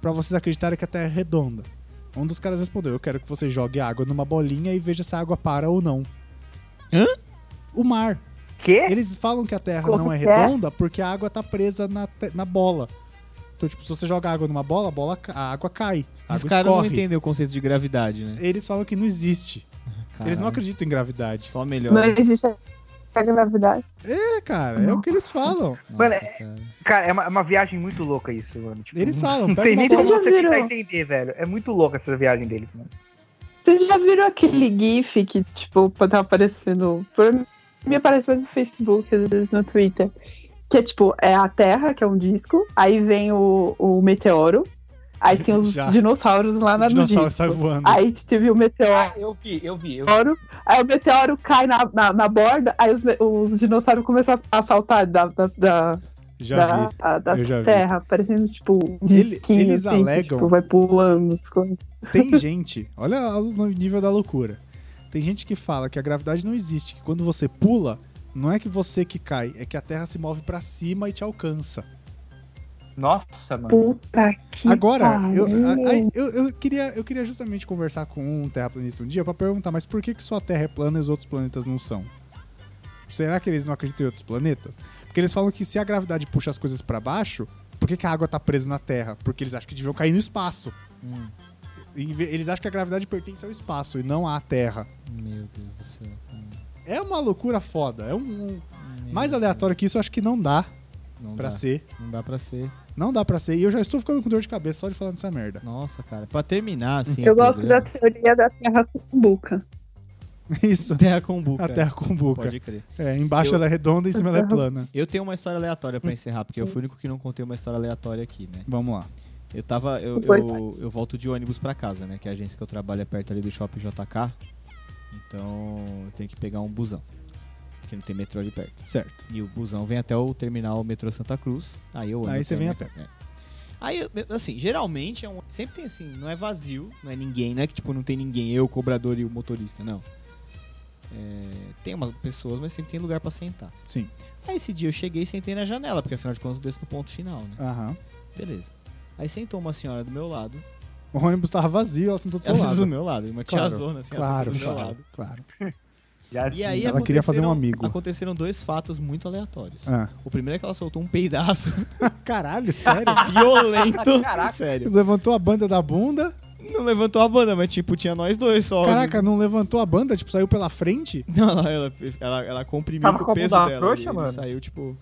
A: pra vocês acreditarem que a Terra é redonda? Um dos caras respondeu: eu quero que você jogue água numa bolinha e veja se a água para ou não.
B: Hã?
A: O mar.
D: Quê?
A: Eles falam que a Terra
C: Como
A: não é
C: que é?
A: redonda porque a água tá presa na, te- na bola. Então, tipo, se você joga água numa bola, a, bola, ca- a água cai. A
B: Os
A: água
B: caras não
A: escorre.
B: entendem o conceito de gravidade, né?
A: Eles falam que não existe. Eles não
B: Caralho.
A: acreditam em gravidade.
B: Só melhor.
C: Não existe a gravidade.
A: É, cara, é o que eles falam.
D: Mano,
B: Nossa,
D: é-
B: cara.
D: Cara, é uma, é uma viagem muito louca isso, mano. Tipo,
A: Eles falam,
D: Não
A: pega
D: tem
A: uma
D: nem
A: bola.
D: como
C: Vocês já
D: você
C: viram?
D: tentar entender, velho. É muito louca essa viagem dele, mano.
C: Vocês já viram aquele GIF que, tipo, tá aparecendo. Por... Me aparece mais no Facebook, às vezes no Twitter. Que é tipo, é a Terra, que é um disco, aí vem o, o meteoro, aí tem
A: [laughs]
C: os
A: Já.
C: dinossauros lá
A: O
C: na, no
A: dinossauro
C: disco.
A: sai voando.
C: Aí teve o meteoro.
D: Ah, eu vi, eu vi. Eu...
C: Aí o meteoro cai na, na, na borda, aí os, me- os dinossauros começam a saltar da, da, da,
A: Já
C: da,
A: vi.
C: a- da
A: Eu já vi.
C: terra, parecendo tipo um disquinho,
A: eles
C: assim, que,
A: alegam-
C: tipo, vai pulando. as coisas.
A: Tem gente, olha o nível da loucura. Tem gente que fala que a gravidade não existe, que quando você pula, não é que você que cai, é que a Terra se move pra cima e te alcança.
D: Nossa, mano.
C: Puta que
A: Agora,
C: pariu.
A: eu, a- a- eu, eu queria, eu queria justamente conversar com um terraplanista um dia pra perguntar, mas por que, que só a Terra é plana e os outros planetas não são? Será que eles não acreditam em outros planetas? Porque eles falam que se a gravidade puxa as coisas pra baixo, por que, que a água tá presa na Terra? Porque eles acham que deviam cair no espaço.
B: Hum,
A: Em ve- Eles acham que a gravidade pertence ao espaço e não à Terra.
B: meu Deus do céu. cara.
A: É uma loucura foda. É um, um-
B: Meu
A: mais
B: Deus.
A: aleatório que isso, eu acho que não dá
B: Hum. Não
A: pra
B: dá.
A: ser.
B: Não dá pra ser.
A: Não dá pra ser. E eu já estou ficando com dor de cabeça só de falar dessa merda. [laughs]
B: Nossa, cara. Pra terminar, assim.
C: Eu
B: o
C: gosto
B: programa-
C: da teoria da terra cumbuca.
A: Isso.
B: Terra com buca.
A: A Terra com buca.
B: Pode crer.
A: É, embaixo
B: Eu-
A: ela é redonda e em cima ela é plana.
B: Eu tenho uma história aleatória
A: Hum.
B: pra encerrar, porque eu fui o único que não contei uma história aleatória aqui, né?
A: Vamos lá.
B: Eu tava. Eu,
C: Pois
B: eu, eu volto de ônibus pra casa, né? Que a agência que eu trabalho é perto ali do shopping JK. Então eu tenho que pegar um busão. Porque não tem metrô ali perto.
A: Certo.
B: E o busão vem até o terminal metrô Santa Cruz. Aí eu ando.
A: Aí
B: até
A: você vem
B: minha
A: a pé.
B: casa, é. Aí, eu- assim, geralmente é um. Sempre tem assim, não é vazio, não é ninguém, não é que tipo, não tem ninguém, eu, o cobrador e o motorista, não. É, tem umas pessoas, mas sempre tem lugar pra sentar.
A: Sim.
B: Aí esse dia eu cheguei e sentei na janela, porque afinal de contas eu desço no ponto final, né?
A: Aham.
B: Beleza. Aí sentou uma senhora do meu lado.
A: O ônibus tava vazio, ela sentou do seu
B: Ela sentou do
A: lado.
B: meu lado, uma
A: Claro,
B: tiazona, assim, ela
A: Claro,
B: sentou do meu
A: claro,
B: lado.
A: claro.
D: Já
B: E aí
A: Ela queria fazer um
B: aconteceram-
A: amigo.
B: Aconteceram dois fatos muito aleatórios.
A: Ah.
B: O primeiro é que ela soltou um peidaço [laughs]
A: Caralho, sério?
B: violento.
D: Caraca.
B: Sério.
A: Levantou a banda da bunda.
B: Não levantou a banda, mas tipo, tinha nós dois só.
A: Caraca, não levantou a banda? Tipo, saiu pela frente? [laughs]
B: Não, ela, ela, ela, ela comprimiu
D: Tava com
B: o
D: a
B: peso
D: bunda
B: dela.
D: frouxa,
B: ele- ele
D: mano?
A: [laughs]
B: saiu, tipo.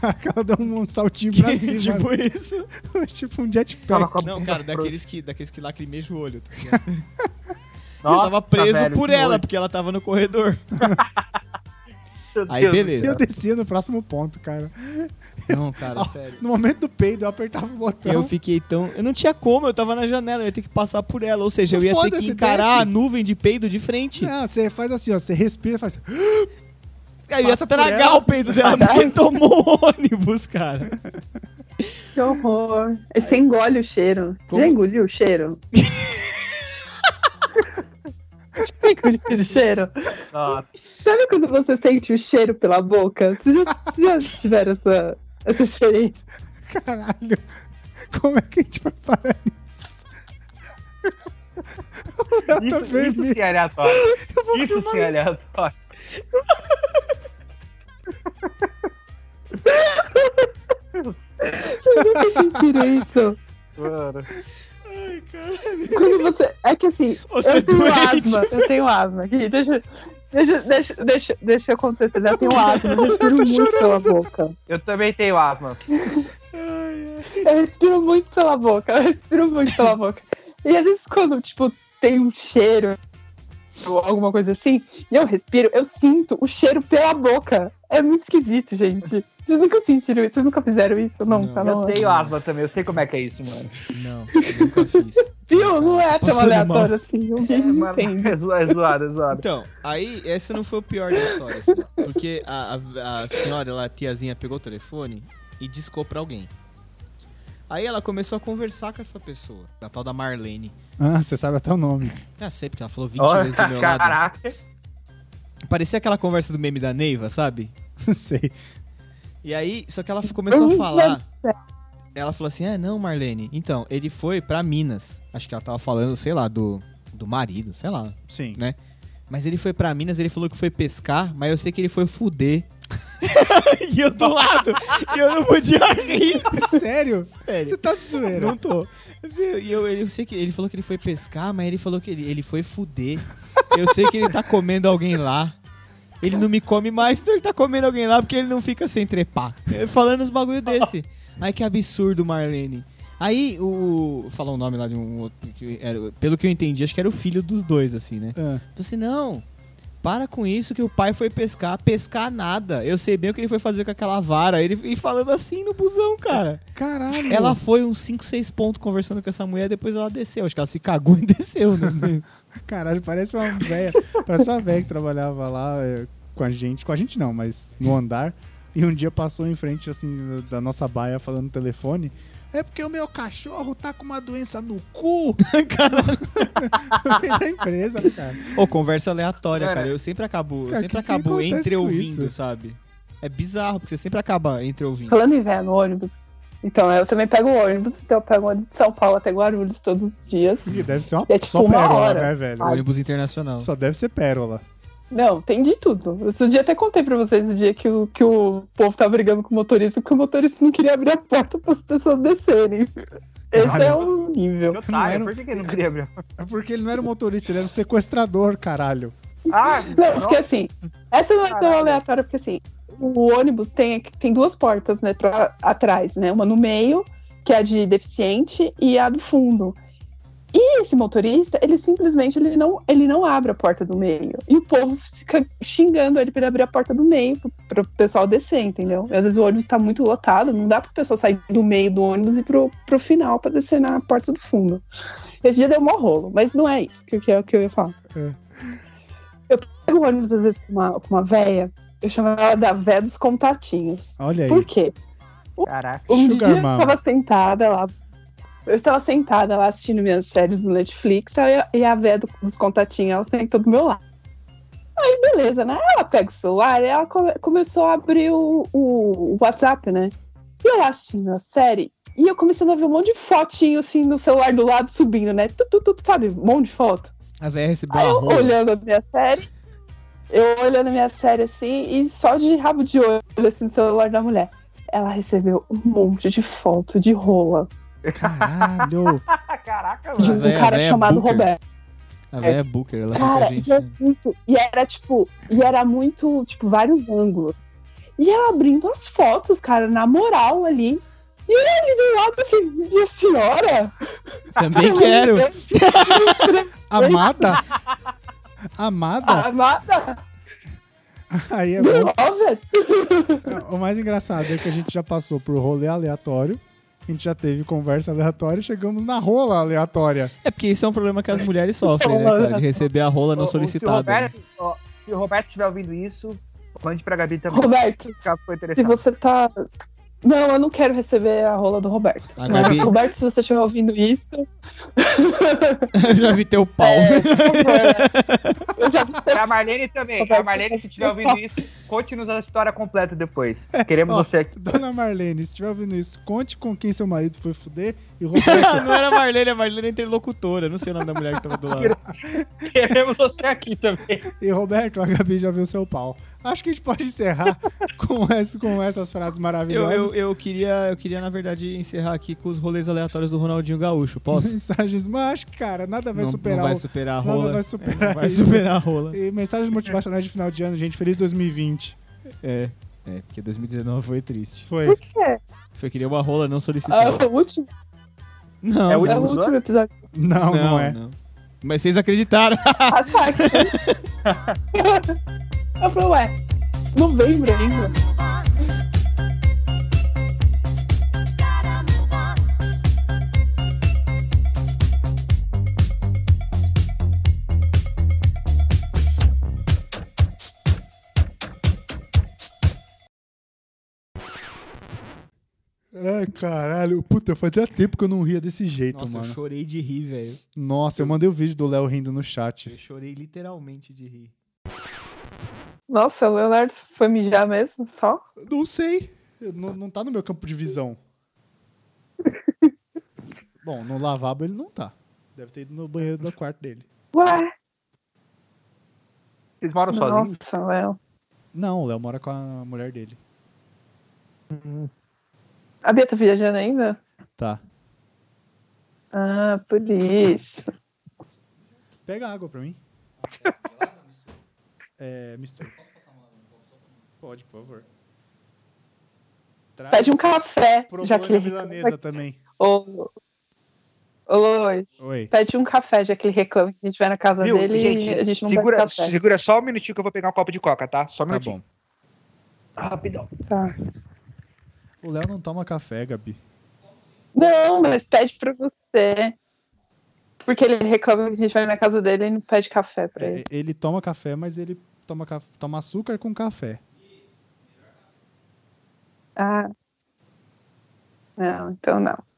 A: Caraca, ela deu um saltinho pra cima.
B: [laughs] tipo isso.
A: [laughs] tipo um
D: Tava
A: jetpack.
D: com a
B: Não,
D: bunda
B: cara,
D: frouxa.
B: daqueles que, daqueles que lacrimeja o olho. Tá
D: [laughs]
B: ligado?
D: Nossa,
B: eu tava preso
D: velho,
B: por
D: que
B: ela,
D: nojo.
B: porque ela tava no corredor.
D: Meu
B: Aí,
D: Deus
A: E
D: do
A: eu
B: beleza.
A: descia no próximo ponto, cara.
B: Não, cara, sério.
A: No momento do peido, eu apertava o botão.
B: Eu fiquei tão. Eu não tinha como, eu tava na janela, eu ia ter que passar por ela. Ou seja, eu ia ter que
A: Foda-se,
B: encarar
A: desce.
B: a nuvem de peido de frente.
A: Não, você faz assim, ó. Você respira e faz. assim.
B: Aí eu ia
A: passa por
B: tragar
A: ela.
B: o peido dela, mas ele tomou o ônibus, cara.
C: Que horror. Aí Você É engole o cheiro. Você já engoliu o [laughs] cheiro? Você engoliu o cheiro?
D: céu. Nossa.
C: Sabe quando você sente o cheiro pela boca? Vocês já, vocês já tiveram essa, essa experiência?
A: Caralho. Como é que a gente vai parar nisso? [laughs] O Léo tá
D: Isso, isso
A: vermelho.
D: sim é aleatório.
A: Eu vou
D: Isso
A: filmar
D: sim é aleatório.
C: Vocês nunca sentiram isso?
D: Mano.
B: Ai, cara.
C: Quando você. É que assim,
B: Você é
C: eu tenho
B: doente.
C: asma, eu tenho asma. Aqui, deixa, eu- deixa, eu- deixa, eu- deixa, eu- deixa eu acontecer. né? Eu tenho asma,
B: [laughs]
C: eu respiro muito pela boca.
D: Eu também tenho asma.
C: Eu respiro muito pela boca, eu respiro muito pela boca. E às vezes quando, tipo, tem um cheiro ou alguma coisa assim, e eu respiro, eu sinto o cheiro pela boca. É muito esquisito, gente. Vocês nunca sentiram isso? Vocês nunca fizeram isso? Nunca,
B: Não.
C: não.
D: Eu
C: é.
D: tenho asma também, eu sei como é que é isso, mano.
B: Não, eu nunca fiz.
C: Viu? Não é tão
B: Passando
C: aleatório assim. Alguém me
D: mano,
C: entende.
D: é zoado, é zoado, é zoado.
B: Então, aí, essa não foi o pior da história, assim, porque a, a- a senhora, lá, a tiazinha, pegou o telefone e discou pra alguém. Aí ela começou a conversar com essa pessoa, a tal da Marlene.
A: Ah, você sabe até o nome. [laughs]
B: Ah, sei, porque ela falou 20
D: Olha,
B: vezes do meu lado. né?
D: Caraca.
B: Parecia aquela conversa do meme da Neiva, sabe?
A: Não sei.
B: E aí, só que ela f- começou a
C: Uhum,
B: falar. Ela falou assim: é, não, Marlene. Então, ele foi pra Minas. Acho que ela tava falando, sei lá, do, do marido, sei lá.
A: Sim.
B: Mas ele foi pra Minas, ele falou que foi pescar, mas eu sei que ele foi fuder. [laughs] e eu do lado, e eu não podia rir.
A: Sério?
B: Sério.
A: Você tá de zoeira.
B: Não [laughs] tô. E eu, eu sei que ele falou que ele foi pescar, mas ele falou que ele, ele foi fuder. Eu sei que ele tá comendo alguém lá. Ele não me come mais, então ele tá comendo alguém lá porque ele não fica sem trepar. Eu Falando uns bagulho desse. Ai, que absurdo, Marlene. Aí o. Falar o nome lá de um outro. que era- pelo que eu entendi, acho que era o filho dos dois, assim, né?
A: Ah,
B: Então assim, não. Para com isso que o pai foi pescar, pescar nada. Eu sei bem o que ele foi fazer com aquela vara. Ele e falando assim no busão, cara.
A: caralho.
B: Ela foi uns 5, 6 pontos conversando com essa mulher, depois ela desceu. Acho que ela se cagou e [laughs] desceu, né?
A: Caralho, parece uma velha. Parece uma velha que trabalhava lá eh, com a gente. Com a gente não, mas no andar. E um dia passou em frente, assim, da nossa baia falando no telefone. É porque o meu cachorro tá com uma doença no cu [laughs]
B: cara,
A: da empresa, cara.
B: ô, conversa aleatória,
D: Cara,
B: cara. Eu sempre acabo, eu
A: cara,
B: sempre
A: que que
B: acabo
A: acontece
B: entre
A: com
B: ouvindo,
A: isso?
B: sabe? É bizarro, porque você sempre acaba entre ouvindo.
C: Falando em véia no ônibus. Então, eu também pego ônibus, então eu pego ônibus de São Paulo até Guarulhos todos os dias.
A: Porque deve ser uma,
C: É tipo
A: só
C: uma
A: pérola,
C: hora.
A: né, velho?
B: Ônibus internacional.
A: Só deve ser pérola.
C: Não, tem de tudo. Esse dia até contei pra vocês o dia que o, que o povo tava brigando com o motorista, porque o motorista não queria abrir a porta para as pessoas descerem. Esse
D: Olha.
C: é o nível.
D: Eu tá,
A: Não era-
D: por que que ele não queria abrir?
A: É porque ele não era um motorista, ele era um sequestrador, caralho.
D: Ah,
C: Não, porque assim, essa não é tão
D: Caralho.
C: aleatória, porque assim, o ônibus tem, tem duas portas, né, pra, atrás, né? Uma no meio, que é a de deficiente, e a do fundo. E esse motorista, ele simplesmente ele não, ele não abre a porta do meio. E o povo fica xingando ele pra abrir a porta do meio, para o pessoal descer, entendeu? E às vezes o ônibus tá muito lotado, não dá pra pessoa sair do meio do ônibus e pro, pro final pra descer na porta do fundo. Esse dia deu mó rolo, mas não é isso que, que é o que eu ia falar.
A: É.
C: Eu pego o ônibus às vezes com uma, com uma véia, eu chamo ela da véia dos contatinhos.
A: Olha aí.
C: Por quê?
D: Caraca.
C: Um
A: Sugar
C: dia eu
A: Mama.
C: estava sentada lá. Eu estava sentada lá assistindo minhas séries no Netflix aí a- e a véia do- dos contatinhos, ela sentou do meu lado. Aí, beleza, né? Ela pega o celular e ela come- começou a abrir o, o- o WhatsApp, né? E eu lá assistindo a série e eu começando a ver um monte de fotinho assim no celular do lado subindo, né? Tu, tu, tu, sabe? Um monte de foto.
B: A velha recebeu
C: Aí
B: a
C: eu
B: rola.
C: olhando a minha série, eu olhando a minha série assim, e só de rabo de olho assim no celular da mulher. Ela recebeu um monte de foto de rola.
A: Caralho.
D: Caraca,
C: de
B: Ah,
D: mano.
C: um
B: véia-
C: cara
B: véia
C: chamado
B: Booker. né?
C: Roberto.
B: A velha Booker, ela fica
C: Cara, e era [laughs]
B: agenciando.
C: muito. E era tipo, e era muito, tipo, vários ângulos. E eu abrindo as fotos, cara, na moral ali. E eu ali do lado, eu falei, minha senhora!
B: Também quero.
C: Eu
A: Amada? Amada?
C: amada,
A: Aí [laughs] é bom.
C: beloved.
A: O mais engraçado é que a gente já passou por rolê aleatório, a gente já teve conversa aleatória e chegamos na rola aleatória.
B: É porque isso é um problema que as mulheres sofrem, né, cara? De receber a rola
D: Ô,
B: não
D: ô, Se o,
B: solicitada. né?
D: Roberto, ó, se o Roberto estiver ouvindo isso, mande pra Gabi também.
C: Roberto,
D: Caso for
C: se
D: interessante.
C: você tá. Não, eu não quero receber a rola do Roberto. [laughs]
B: A Gabi- [laughs]
C: Roberto, se você estiver ouvindo isso.
B: Eu Já vi teu pau.
C: É, por favor.
E: [laughs]
C: Eu já vi
D: A Marlene também. A Marlene, se
C: [laughs]
D: estiver ouvindo isso, conte-nos a história completa depois.
C: É,
D: Queremos
A: Ó.
D: você aqui. [laughs]
A: Dona Marlene, se estiver ouvindo isso, conte com quem seu marido foi fuder e
B: Ah, [laughs]
A: Roberto.
B: [laughs] não era a Marlene, a Marlene é interlocutora. Não sei o nome da mulher que tava do lado.
D: Queremos você aqui também.
A: e Roberto, a Gabi já viu seu pau. Acho que a gente pode encerrar com, essa- com essas frases
B: Eu,
A: maravilhosas.
B: eu, eu, queria, eu queria, na verdade, encerrar aqui com os rolês aleatórios do Ronaldinho Gaúcho. Posso?
A: Mensagens, mas acho que, cara, nada [laughs] vai
B: não,
A: superar
B: não vai
A: o-
B: superar a
A: nada
B: rola. [laughs]
A: vai
B: É,
A: superar
B: não vai
A: isso.
B: superar a rola.
A: E mensagens motivacionais de final de ano, gente. Feliz 2020.
B: É, é, porque 2019 foi triste.
A: Foi.
B: Foi queria uma rola não solicitada.
C: Ah, o último,
B: Não,
D: É
B: não.
D: o
C: é o
E: [laughs]
C: último episódio.
A: Não, não, é.
B: Mas vocês
A: [laughs]
B: acreditaram.
C: Ataque. né?
E: [laughs]
C: eu falei, ué, novembro ainda.
A: Ai, caralho. Puta, fazia tempo que eu não ria desse jeito,
B: Nossa, eu
A: mano.
B: chorei de rir, velho.
A: Nossa, eu mandei o vídeo do Léo rindo no
B: Eu
A: chat.
B: chorei literalmente de rir.
C: Nossa, o Leonardo foi mijar mesmo, só?
A: Não sei. Eu- Não, não tá no meu campo de
B: [laughs]
A: visão. Bom, no lavabo ele não tá. Deve ter ido no banheiro do quarto dele.
C: Ué,
D: Vocês
E: Tá
D: moram sozinhos?
C: nossa, Léo.
A: Não, o Léo mora com a mulher dele.
C: A Bia tá viajando ainda?
A: Tá.
C: Ah, por isso.
A: Pega água pra mim. É, mistura. Pode, por favor. Traz.
C: Pede um café, já que
A: Propõe a
C: ele
A: milanesa também.
C: Ô, ô, Lois,
A: Oi.
C: pede um café, já que ele reclama que a gente vai na casa
E: Viu,
C: dele
E: gente,
C: e a gente não
E: segura,
C: pede café.
E: segura só um minutinho que eu vou pegar um copo de coca, tá? Só um
A: Tá
E: minutinho.
A: bom.
E: Rapidão.
C: Tá.
A: O Léo não toma café, Gabi.
C: Não, mas pede pra você. Porque ele reclama que a gente vai na casa dele e não pede café pra ele.
A: É, ele toma café, mas ele toma, caf- toma açúcar com café.
C: Ah. Não, então não.